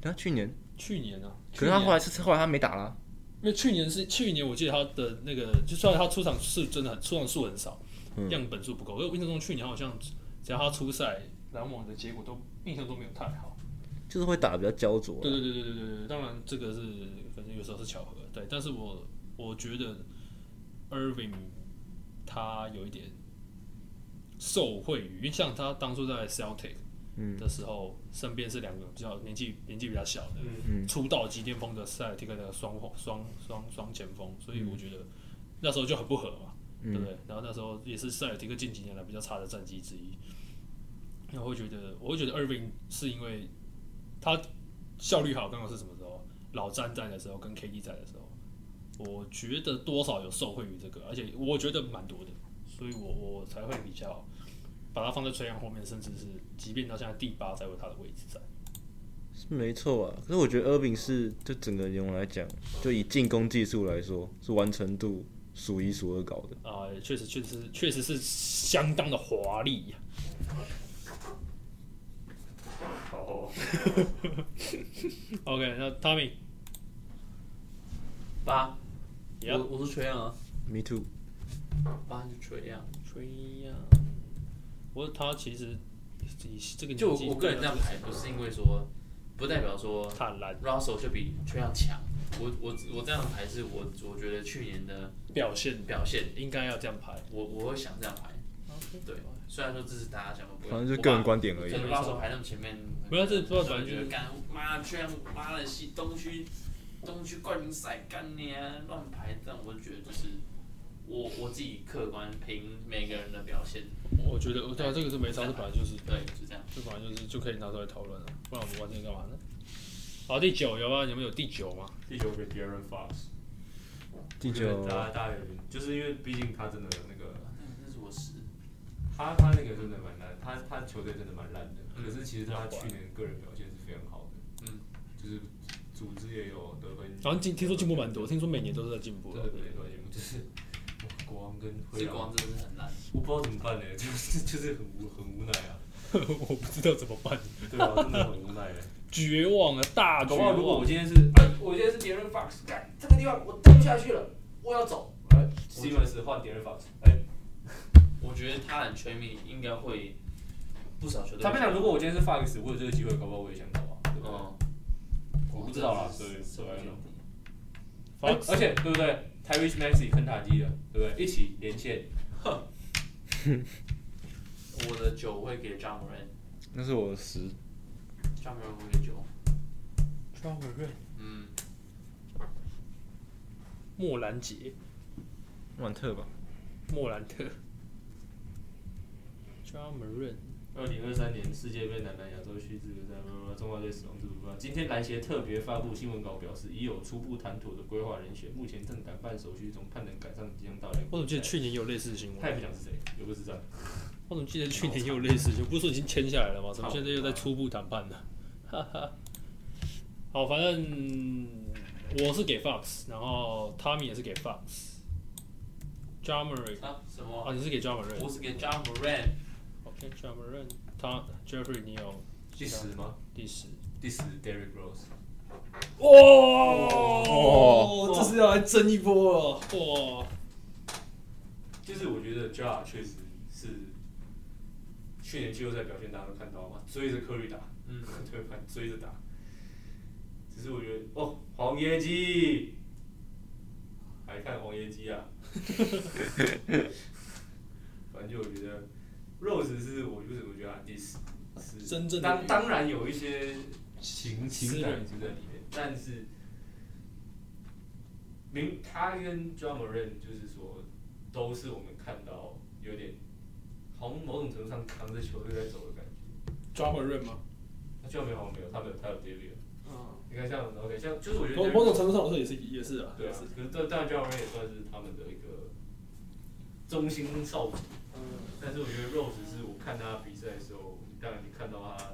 Speaker 3: 他去年，
Speaker 5: 去年啊，
Speaker 3: 可是
Speaker 5: 去
Speaker 3: 他
Speaker 5: 年
Speaker 3: 后来是后来他没打啦。
Speaker 5: 因为去年是去年，我记得他的那个，就算他出场数真的很出场数很少，
Speaker 3: 嗯
Speaker 5: 样本数不够。因为我印象中去年好像只要他出赛，篮网的结果都印象都没有太好。
Speaker 3: 就是会打得比较焦灼
Speaker 5: 对
Speaker 3: 啦。
Speaker 5: 对对对对对对，当然这个是反正有时候是巧合，对。但是我我觉得 Irving 他有一点受惠于，因为像他当初在 Celtic
Speaker 3: 嗯
Speaker 5: 的时候，身边是两个比较年纪年纪比较小的，
Speaker 2: 嗯，
Speaker 3: 嗯，
Speaker 5: 出道即巅峰的赛提克的双后双双双前锋，所以我觉得那时候就很不合嘛，
Speaker 3: 嗯
Speaker 5: 对不对？然后那时候也是塞尔提克近几年来比较差的战绩之一。那我会觉得，我会觉得 Irving 是因为他效率好，刚好是什么时候？老詹在的时候跟 KD 在的时候，我觉得多少有受惠于这个，而且我觉得蛮多的，所以我我才会比较把它放在垂杨后面，甚至是即便到现在第八才有他的位置在。
Speaker 3: 是没错啊。可是我觉得 i r v i n 是就整个联盟来讲，就以进攻技术来说，是完成度数一数二高的。
Speaker 5: 啊、确实，确实，确实是相当的华丽呀。
Speaker 2: 好好好
Speaker 5: OK，那 Tommy，
Speaker 4: 八，
Speaker 5: Yep
Speaker 4: 我我是缺氧啊，
Speaker 3: Me too。
Speaker 4: 八是缺氧，
Speaker 5: 吹呀，不过他其实以这个年纪
Speaker 4: 就我我个人这样排，不是因为说，不代表说
Speaker 5: 坦然
Speaker 4: Russell 就比缺氧强。我我我这样排是我我觉得去年的
Speaker 5: 表现
Speaker 4: 表现，
Speaker 5: 应该要这样排。
Speaker 4: 我我会想这样排。对，虽然说这是大家想法不一
Speaker 3: 反
Speaker 4: 样，
Speaker 3: 正就个人观点而
Speaker 4: 我
Speaker 3: 已
Speaker 4: 把。可能 Russell 排那么前面，
Speaker 5: 不要这不要
Speaker 4: 反
Speaker 5: 反正
Speaker 4: 正
Speaker 5: 就
Speaker 4: 觉
Speaker 5: 是
Speaker 4: 得干妈的缺氧，妈的西东区东区冠军赛干你啊乱排，但我就觉得就是我我自己客观凭每个人的表现，
Speaker 5: 我觉
Speaker 1: 哦
Speaker 5: 得，对啊，这个是没差，这本来就是，
Speaker 4: 对，就这样。
Speaker 5: 这本来就是就可以拿出来讨论了，不然我们玩这个干嘛呢？好，第九，有吗？你们有第九吗？
Speaker 2: 第九个 Darren Fox，
Speaker 3: 第
Speaker 2: 我
Speaker 3: 九
Speaker 2: 觉得，大家大家有点，就是因为毕竟他真的有那个，
Speaker 4: 嗯那是我十，
Speaker 2: 他他那个真的蛮烂，他他球队真的蛮烂的，可是其实他去年个人表现是非常好的，
Speaker 4: 嗯，
Speaker 2: 就是组织也有得分，
Speaker 5: 好像进听说进步蛮多，听说每年都是在进步
Speaker 2: 对
Speaker 5: 的。
Speaker 2: 对对，对就是哇国王跟灰
Speaker 4: 这
Speaker 2: 狼
Speaker 4: 光真的是很烂。
Speaker 2: 我不知道怎么办呢， [LAUGHS] 就是就是很无很无奈啊，
Speaker 5: 我不知道怎么办，
Speaker 2: 对啊，真的很无奈。
Speaker 5: 绝望 [LAUGHS] 啊，大绝
Speaker 2: 搞不好如果
Speaker 5: 望
Speaker 2: 我。今天是，
Speaker 4: 我觉得是别人 Fox 干这个地方我待不下去了，我要走。
Speaker 2: 哎，Stevens 换 d a r r Fox，哎，
Speaker 4: 我觉得他很全面，应该会不少球队。
Speaker 2: 坦白讲，如果我今天是 Fox，我有这个机会，搞不好我也想搞啊，对不对？
Speaker 4: 嗯，
Speaker 2: 我不知道啦，对
Speaker 4: 是是
Speaker 2: 对
Speaker 4: 不
Speaker 2: 啊。而
Speaker 5: Fox，
Speaker 2: 而且对不对？Tyrese Maxey 肯塔基的，对不对？一起连线，
Speaker 4: 我的九会给张某人，
Speaker 3: 那是我的十。
Speaker 4: 张某人会给九。
Speaker 5: 张伟瑞、
Speaker 4: 嗯，
Speaker 5: 莫兰杰、
Speaker 3: 万特吧。
Speaker 5: 莫兰特、张伟瑞。
Speaker 2: 二零二三年世界杯男篮亚洲区资格赛，不不中华队死亡之路。今天篮协特别发布新闻稿表示，已有初步谈妥的规划人选，目前正赶办手续中，盼能赶上即将到来。
Speaker 5: 我怎么记得去年也有类似的新
Speaker 2: 他也
Speaker 5: 闻？
Speaker 2: 不讲是谁，也不知道。
Speaker 5: 我怎么记得去年也有类似的新闻？不是说已经签下来了吗？怎么
Speaker 2: 好
Speaker 5: 现在又在初步谈判呢？ [LAUGHS] 哈哈。好，反正我是给 Fox，然后 Tommy 也是给 Fox。j a m a r y
Speaker 4: 啊什
Speaker 5: 啊，
Speaker 4: 么？
Speaker 5: 你是给 j a m a r y
Speaker 4: 我是给张某人，
Speaker 5: OK，j a m a r y 他 Jeffrey 你有
Speaker 2: 第十吗？
Speaker 5: 第十，
Speaker 2: diss Derrick Rose，
Speaker 1: 哦，这是要来争一波了，哇！
Speaker 2: 就是我觉得 Ja 确实是去年季后赛表现大家都看到嘛，追着科瑞打，
Speaker 5: 嗯，
Speaker 2: [LAUGHS] 对吧？追着打，只是我觉得哦，黄椰鸡，还看黄椰鸡啊， [LAUGHS] 反正就我觉得 Rose 是我为什么觉得他 diss 是
Speaker 1: 真正的
Speaker 2: 当当然有一些情情感就在里面，但是明他跟 John m o r a n 就是说，都是我们看到有点，好像某种程度上扛着球队在走的感觉。
Speaker 1: 抓回润吗？
Speaker 2: 那 John 没有好像没有，他没有他有 David，啊
Speaker 1: 嗯，
Speaker 2: 你看像 OK 像就是我觉
Speaker 1: 某
Speaker 2: 得
Speaker 1: 某种程度上我说也是也是啊，
Speaker 2: 对啊，可是但但 John m o r a n 也算是他们的一个中心少主。
Speaker 1: 嗯，
Speaker 2: 但是我觉得 Rose 是我看他比赛的时候，当然你看到他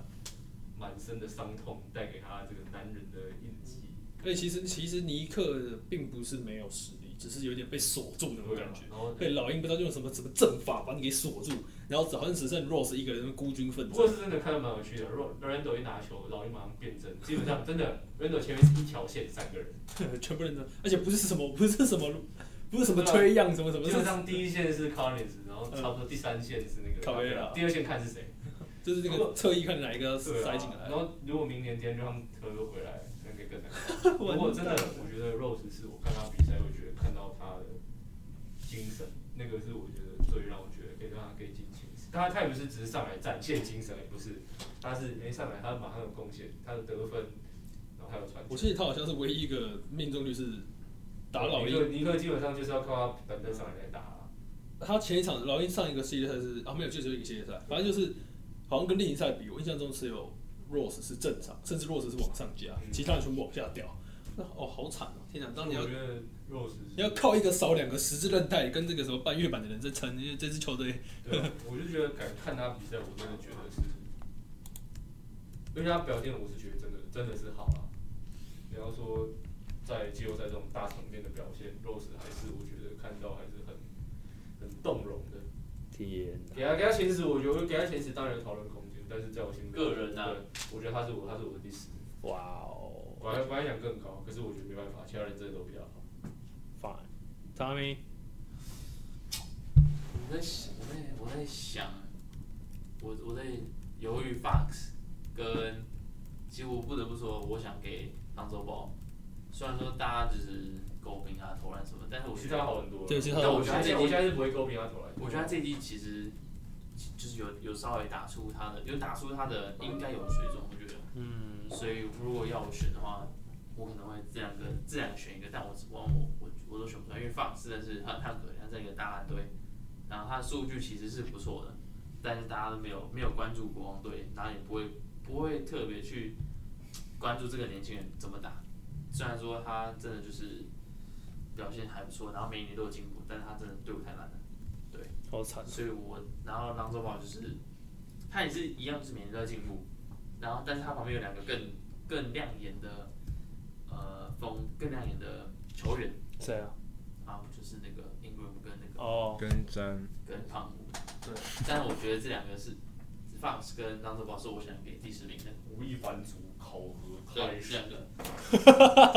Speaker 2: 满身的伤痛带给他这个男人的印记。
Speaker 1: 哎，其实其实尼克并不是没有实力，只是有点被锁住那种
Speaker 2: 对啊
Speaker 1: 感觉，，
Speaker 2: 然后
Speaker 1: 被老鹰不知道用什么什么阵法把你给锁住，然后好像只剩 Rose 一个人孤军奋
Speaker 2: 不
Speaker 1: 战
Speaker 2: 过。是真的看到蛮有趣的。如果 Rando 一拿球，老鹰马上变身，基本上真的 Rando 前面是一条线三个人，
Speaker 1: [LAUGHS] 全部认真，而且不是什么，不是什么，不是什么推样，什么什么，
Speaker 2: 基
Speaker 1: 是
Speaker 2: 本上第一线是 Collins，然后差不多第三线是那个
Speaker 1: 卡梅拉
Speaker 2: 第二线看是谁，
Speaker 1: 就是这个侧翼看哪一个
Speaker 2: 对
Speaker 1: 塞
Speaker 2: 啊
Speaker 1: 进。来
Speaker 2: 然。后如果明年天就让特洛回来，那个更难。
Speaker 1: 完蛋
Speaker 2: 如果真的，我觉得 Rose 是我看他比赛，我觉得看到他的精神，那个是我觉得最让我觉得可以让他可以进前十。他他也不是只是上来展现精神，也不是，他是哎、诶上来他马上有贡献，他的得分，然后还有传球
Speaker 1: 我。记得他好像是唯一一个命中率是打老
Speaker 2: 尼克
Speaker 1: 鹰，
Speaker 2: 尼克基本上就是要靠他板凳上来再打啊。
Speaker 1: 他前一场老鹰上一个系列赛是啊没有，就只有一个系列赛，反正就是好像跟另一赛比，我印象中只有 Rose 是正常，甚至 Rose 是往上加，
Speaker 2: 嗯
Speaker 1: 其他人全部往下掉。那哦好惨哦，天哪！当你要
Speaker 2: 我觉得 Rose 是
Speaker 1: 你要靠一个少两个十字韧带跟这个什么半月板的人在撑，因为这支球队
Speaker 2: 对啊，我就觉得感看他比赛，我真的觉得是，而且他表现，我是觉得真的真的是好啊。你要说在季后赛这种大场面的表现，Rose 还是我觉得看到还是很很动容的。
Speaker 3: 天
Speaker 2: 给他给他前十，我觉得给他前十当然有讨论空间，但是在我心里，
Speaker 4: 个人啊
Speaker 2: 对，我觉得他是我他是我的第十，
Speaker 3: 哪，哇哦
Speaker 2: 我还我还想更高，可是我觉得没办法，其他人真的都比较好。
Speaker 5: ，Fine，Tommy，
Speaker 4: 我在想，我在我在想，我我在犹豫 Fox 跟，其实我不得不说，我想给当周报。虽然说大家就是诟病他投篮什么，但是我
Speaker 2: 其实
Speaker 4: 觉
Speaker 2: 他
Speaker 4: 得，
Speaker 2: 好很多了，
Speaker 1: 对其实他
Speaker 2: 但
Speaker 4: 好
Speaker 2: 我
Speaker 4: 很多
Speaker 2: 现在我现在是不会诟病他投篮，
Speaker 4: 我觉得他这一季其实就是有有稍微打出他的，有打出他的应该有的水准，我觉得。
Speaker 5: 嗯，
Speaker 4: 所以如果要我选的话，我可能会这两个自然选一个，但我只往我我我都选不出来，因为 Fox 真的是他他很可怜，他在一个大烂队，然后他的数据其实是不错的，但是大家都没有没有关注国王队，然后也不会不会特别去关注这个年轻人怎么打。虽然说他真的就是表现还不错，然后每一年都有进步，但是他真的队伍太烂了。
Speaker 5: 好惨，
Speaker 4: 所以我然后狼州堡就是，他也是一样，就是每年都在进步，然后但是他旁边有两个更更亮眼的呃锋更亮眼的球员
Speaker 5: 谁啊？
Speaker 4: 啊，就是那个 Ingram 跟那
Speaker 3: [LAUGHS]
Speaker 4: 个
Speaker 5: 哦，
Speaker 3: 跟詹
Speaker 4: 跟胖虎，
Speaker 1: 对，
Speaker 4: 但我觉得这两个是 Fox 跟狼州堡是我想给第十名的，
Speaker 2: 吴亦凡组考核
Speaker 4: 对
Speaker 2: 开，
Speaker 4: 这
Speaker 2: 始
Speaker 4: 两个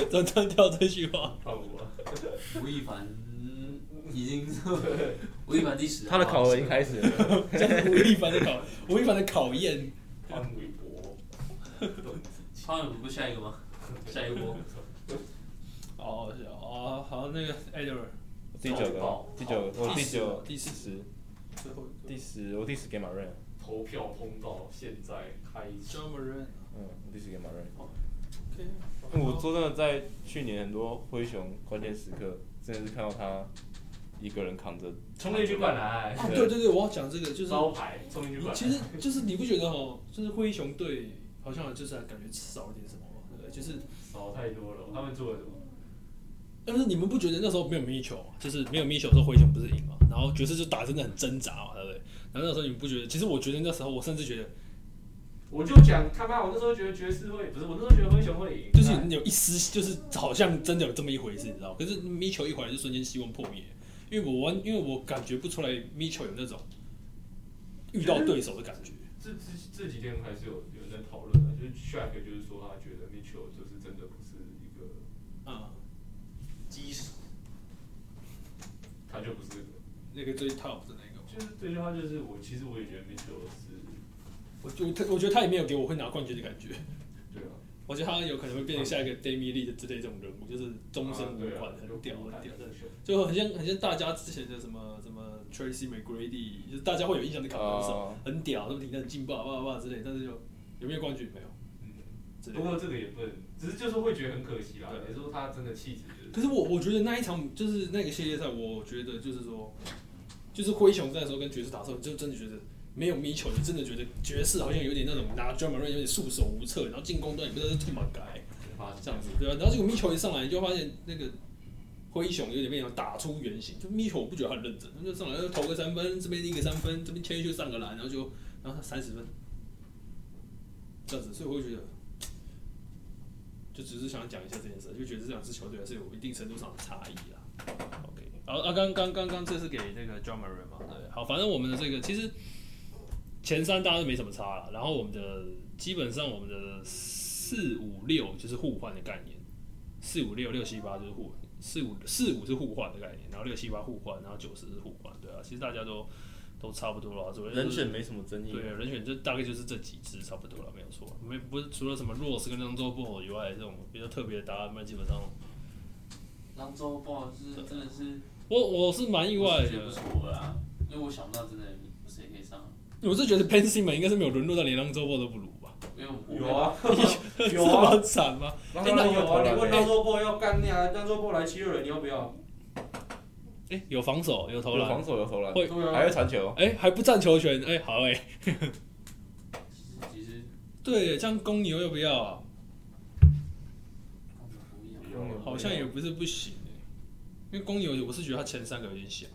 Speaker 5: 怎么突然跳 [LAUGHS] 这句话？
Speaker 2: 放我啊。
Speaker 4: 吴亦凡已经吴亦凡第十，
Speaker 3: 他的
Speaker 4: [LAUGHS]
Speaker 3: 考核已经开始了，
Speaker 1: 这是吴亦凡的考，吴亦凡的考验。
Speaker 2: 潘玮柏，
Speaker 4: 胖虎不是下一个吗？下一波
Speaker 1: 哦是哦，好，那个 Edward
Speaker 3: 第九个，第九个，我
Speaker 1: 第
Speaker 3: 哦第
Speaker 1: 十
Speaker 3: 九，
Speaker 1: 第十
Speaker 3: 十，
Speaker 1: 最后
Speaker 3: 第十，我第十给马啊润，
Speaker 2: 投票通道现在开启
Speaker 1: j。o h n Moran。
Speaker 3: 嗯，我第十给马润。
Speaker 1: OK，
Speaker 3: 哦我说真的，在去年很多灰熊关键时刻，真的是看到他一个人 [LAUGHS] 扛着
Speaker 2: 冲进去灌篮，
Speaker 1: 哦，对对对，我要讲这个，就是
Speaker 2: 招牌冲进去灌篮。
Speaker 1: 其实就是你不觉得哦，就是灰熊队好像就是感觉少了点什么嘛，对不对？就是
Speaker 2: 少太多了，他们做了什么？
Speaker 1: 但是你们不觉得那时候没有米球嘛，就是没有米球的时候灰熊不是赢嘛，然后爵士就打得真的很挣扎嘛，对不对？然后那时候你们不觉得？其实我觉得那时候我甚至觉得，
Speaker 2: 我就讲他妈，我那时候觉得爵士会不是，我那时候觉得灰熊会赢，
Speaker 1: 就是有一丝，就是好像真的有这么一回事，你知道吗？可是米球一回来就瞬间希望破灭，因为我完，因为我感觉不出来米球有那种遇到对手的感觉。
Speaker 2: 这这这几天还是有有那人讨论啊，就是 Shaq 就是说他觉得 Mitchell 就是真的不是一个，
Speaker 1: 嗯，
Speaker 4: 基石，
Speaker 2: 他就不是，
Speaker 1: 那个最 top 的那个，
Speaker 2: 就是对他就是我其实我也觉得 Mitchell 是，
Speaker 1: 我就我我觉得他也没有给我会拿冠军的感觉，
Speaker 2: 对啊，
Speaker 1: 我觉得他有可能会变成下一个 d a m i l e 的之类这种人物，就是终身无
Speaker 2: 对
Speaker 1: 冠
Speaker 2: 啊，，
Speaker 1: 很屌很屌的，
Speaker 2: 的。
Speaker 1: 就很像很像大家之前的什么什么 Tracy McGrady，就是大家会有印象的卡通
Speaker 2: 哦
Speaker 1: 手，
Speaker 3: 啊，
Speaker 1: 很屌，他们领得很劲爆，哇哇哇之类，但是就有没有冠军没有之类
Speaker 2: 嗯不
Speaker 1: 的。
Speaker 2: 过这个也不能，只是就是会觉得很可惜啦。
Speaker 1: 对
Speaker 2: 你说他真的气质就是，
Speaker 1: 可是我我觉得那一场就是那个系列赛，我觉得就是说，就是灰熊在的时候跟爵士打的时候，你就真的觉得没有米球，你真的觉得爵士好像有点那种拿 d r u m m e r 有点束手无策，然后进攻端也不知道是怎么改
Speaker 2: 啊
Speaker 1: 这样子，对吧、然后结果米球一上来，你就发现那个灰熊有点被打出原形，就米球我不觉得他很认真，他就上来就投个三分，这边一个三分，这边切就上个篮，然后就然后他三十分，这样子，所以我会觉得。就只是想讲一下这件事，就觉得这两支球队还是有一定程度上的差异啦。OK，好啊，刚刚刚刚这是给那个 John Murray 嘛？对，好，反正我们的这个其实前三大家都没什么差啦，然后我们的基本上我们的四五六就是互换的概念，四五六六七八就是互四五四五是互换的概念，然后六七八互换，然后九十是互换，对啊，其实大家都都差不多了，主要就是
Speaker 3: 人选没什么争议，
Speaker 5: 对，人选就大概就是这几支差不多了，没有错。没不是除了什么 Rose 跟漳州布偶以外，这种比较特别的答案，那基本上
Speaker 4: 让周报就是真的是
Speaker 5: 我我是蛮意外
Speaker 4: 我是觉得不
Speaker 5: 的。
Speaker 4: 错的啊，因为我想不到真的有谁可以上啊，
Speaker 5: 我是觉得 Ben Simmons 应该是没有沦落到连漳州布偶都不如吧？
Speaker 4: 因为我
Speaker 2: 有啊，
Speaker 3: [LAUGHS]
Speaker 5: 有啊，惨吗？
Speaker 3: 然后
Speaker 2: 真
Speaker 3: 他
Speaker 2: 的
Speaker 3: 们
Speaker 2: 有
Speaker 3: 投
Speaker 2: 啊！
Speaker 3: 篮
Speaker 2: 你问
Speaker 3: 欸
Speaker 2: 张周波要干你啊？张周波来七六人，你要不要？
Speaker 5: 哎、有防守，有投
Speaker 3: 有
Speaker 5: 篮
Speaker 3: 防，守有投篮，
Speaker 5: 会
Speaker 2: 对
Speaker 3: 还
Speaker 2: 啊，
Speaker 3: 会传球，
Speaker 5: 哎、还不占球权，哎、好哎、
Speaker 4: 其实
Speaker 5: 对，这样公牛要不要啊？
Speaker 4: 他们不一样，
Speaker 5: 好像也不是不行、哎，因为公牛我是觉得他前三个有点小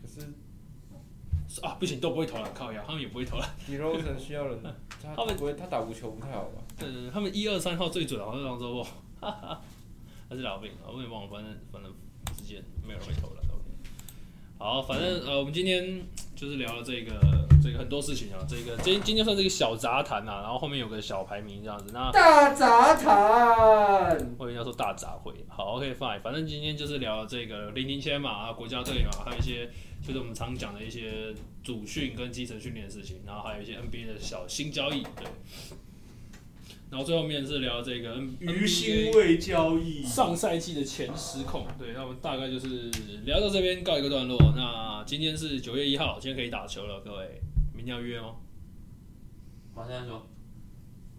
Speaker 3: 可是
Speaker 5: 啊，不行都不会投篮，靠呀，他们也不会投篮。
Speaker 3: d r o s e n 需要人，他
Speaker 5: 他们
Speaker 3: 不会他打无球不太好吧？
Speaker 5: 嗯，他们一二三号最准，好像是漳州 [LAUGHS] 哦，还是老兵啊，我也忘了，反正反正之间没有人会投篮。OK，好，反正呃，我们今天就是聊了这个这个很多事情啊，这个今今天算是一个小杂谈啊，然后后面有个小排名这样子，那
Speaker 2: 大杂谈。
Speaker 5: 或者要说大杂烩。好，OK fine，反正今天就是聊这个零零千嘛，啊，国家队嘛，还有一些就是我们常讲的一些主训跟基层训练的事情，然后还有一些 NBA 的小新交易，对。然后最后面是聊这个 N-
Speaker 2: 于
Speaker 5: NBA
Speaker 2: 心未交易，
Speaker 5: 上赛季的前十控，对，那我们大概就是聊到这边告一个段落。那今天是九月一号，今天可以打球了，各位，明天要约哦。
Speaker 4: 马上说，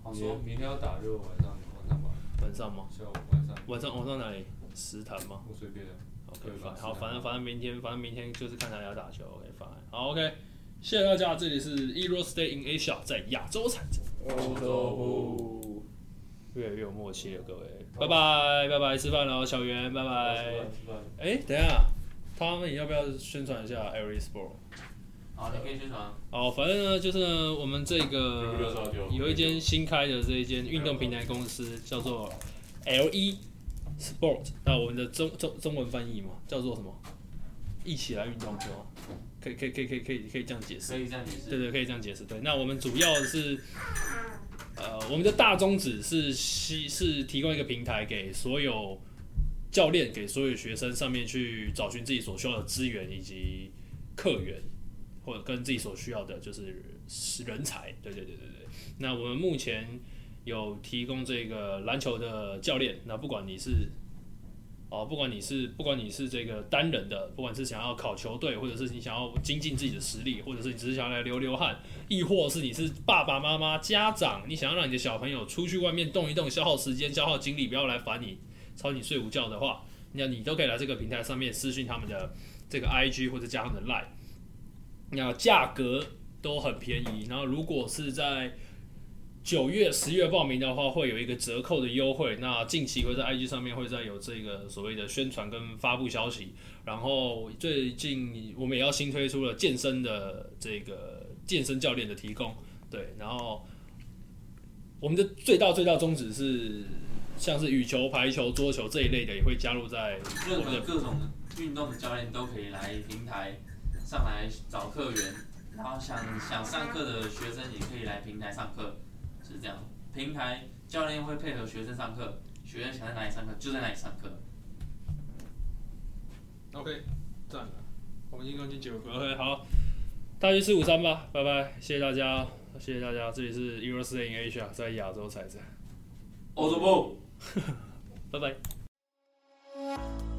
Speaker 4: 好
Speaker 2: 说
Speaker 4: 说，
Speaker 2: 明天要打就晚上晚上吧，
Speaker 5: 晚上吗？
Speaker 2: 下午晚上
Speaker 5: 晚上晚上哪里？石潭吗
Speaker 2: 我随便的。
Speaker 5: ？OK，
Speaker 2: 对
Speaker 5: 反
Speaker 2: 吧
Speaker 5: 好，
Speaker 2: 石潭
Speaker 5: 反正反正明天，反正明天就是看大家打球。OK，反正好，OK，谢谢大家，这里是 Euro Stay in Asia，在亚洲产生，
Speaker 3: 欧洲步，
Speaker 5: 越来越有默契了，各位，拜拜拜拜，吃饭喽，小圆，拜拜。
Speaker 2: 吃饭
Speaker 5: 哎、等一下，他们要不要宣传一下 Every Sport？
Speaker 4: 好，你可以宣传啊，
Speaker 5: 哦，反正呢，就是呢，我们这 [LAUGHS]
Speaker 2: 六十
Speaker 5: 个
Speaker 2: 二就
Speaker 5: 呃有一间新开的这一间运动平台公司叫做 L E Sport，那我们的中中中文翻译嘛，叫做什么？一起来运动是吗？可以可以可以可以可以可以这样解释
Speaker 4: 可。以这样解释。
Speaker 5: 对对，可以这样解释。对，那我们主要是，呃，我们的大宗旨是希是提供一个平台给所有教练、给所有学生上面去找寻自己所需要的资源以及客源，或者跟自己所需要的就是人才。对对对对对。那我们目前有提供这个篮球的教练，那不管你是。哦，不管你是不管你是这个单人的，不管是想要考球队，或者是你想要精进自己的实力，或者是你只是想要来流流汗，亦或是你是爸爸妈妈、家长，你想要让你的小朋友出去外面动一动，消耗时间、消耗精力，不要来烦你、吵你睡午觉的话，那你都可以来这个平台上面私讯他们的这个 IG 或者加他们的 Line，那价格都很便宜。然后如果是在九月、十月报名的话，会有一个折扣的优惠。那近期会在 IG 上面会再有这个所谓的宣传跟发布消息。然后最近我们也要新推出了健身的这个健身教练的提供，对。然后我们的最大最大宗旨是，像是羽球、排球、桌球这一类的也会加入在我
Speaker 4: 任
Speaker 5: 们的
Speaker 4: 何各种运动的教练都可以来平台上来找客源，然后想想上课的学生也可以来平台上课，是这样。平台教练会配合学生上课，学生想在哪里上课就在哪里上课。
Speaker 1: OK，赞了，我们已经刚进结尾歌了。
Speaker 5: OK，好，大约是五三吧，拜拜，谢谢大家，谢谢大家，这里是 Euro s in Asia，在亚洲才在，
Speaker 4: 欧洲部。
Speaker 5: 拜拜。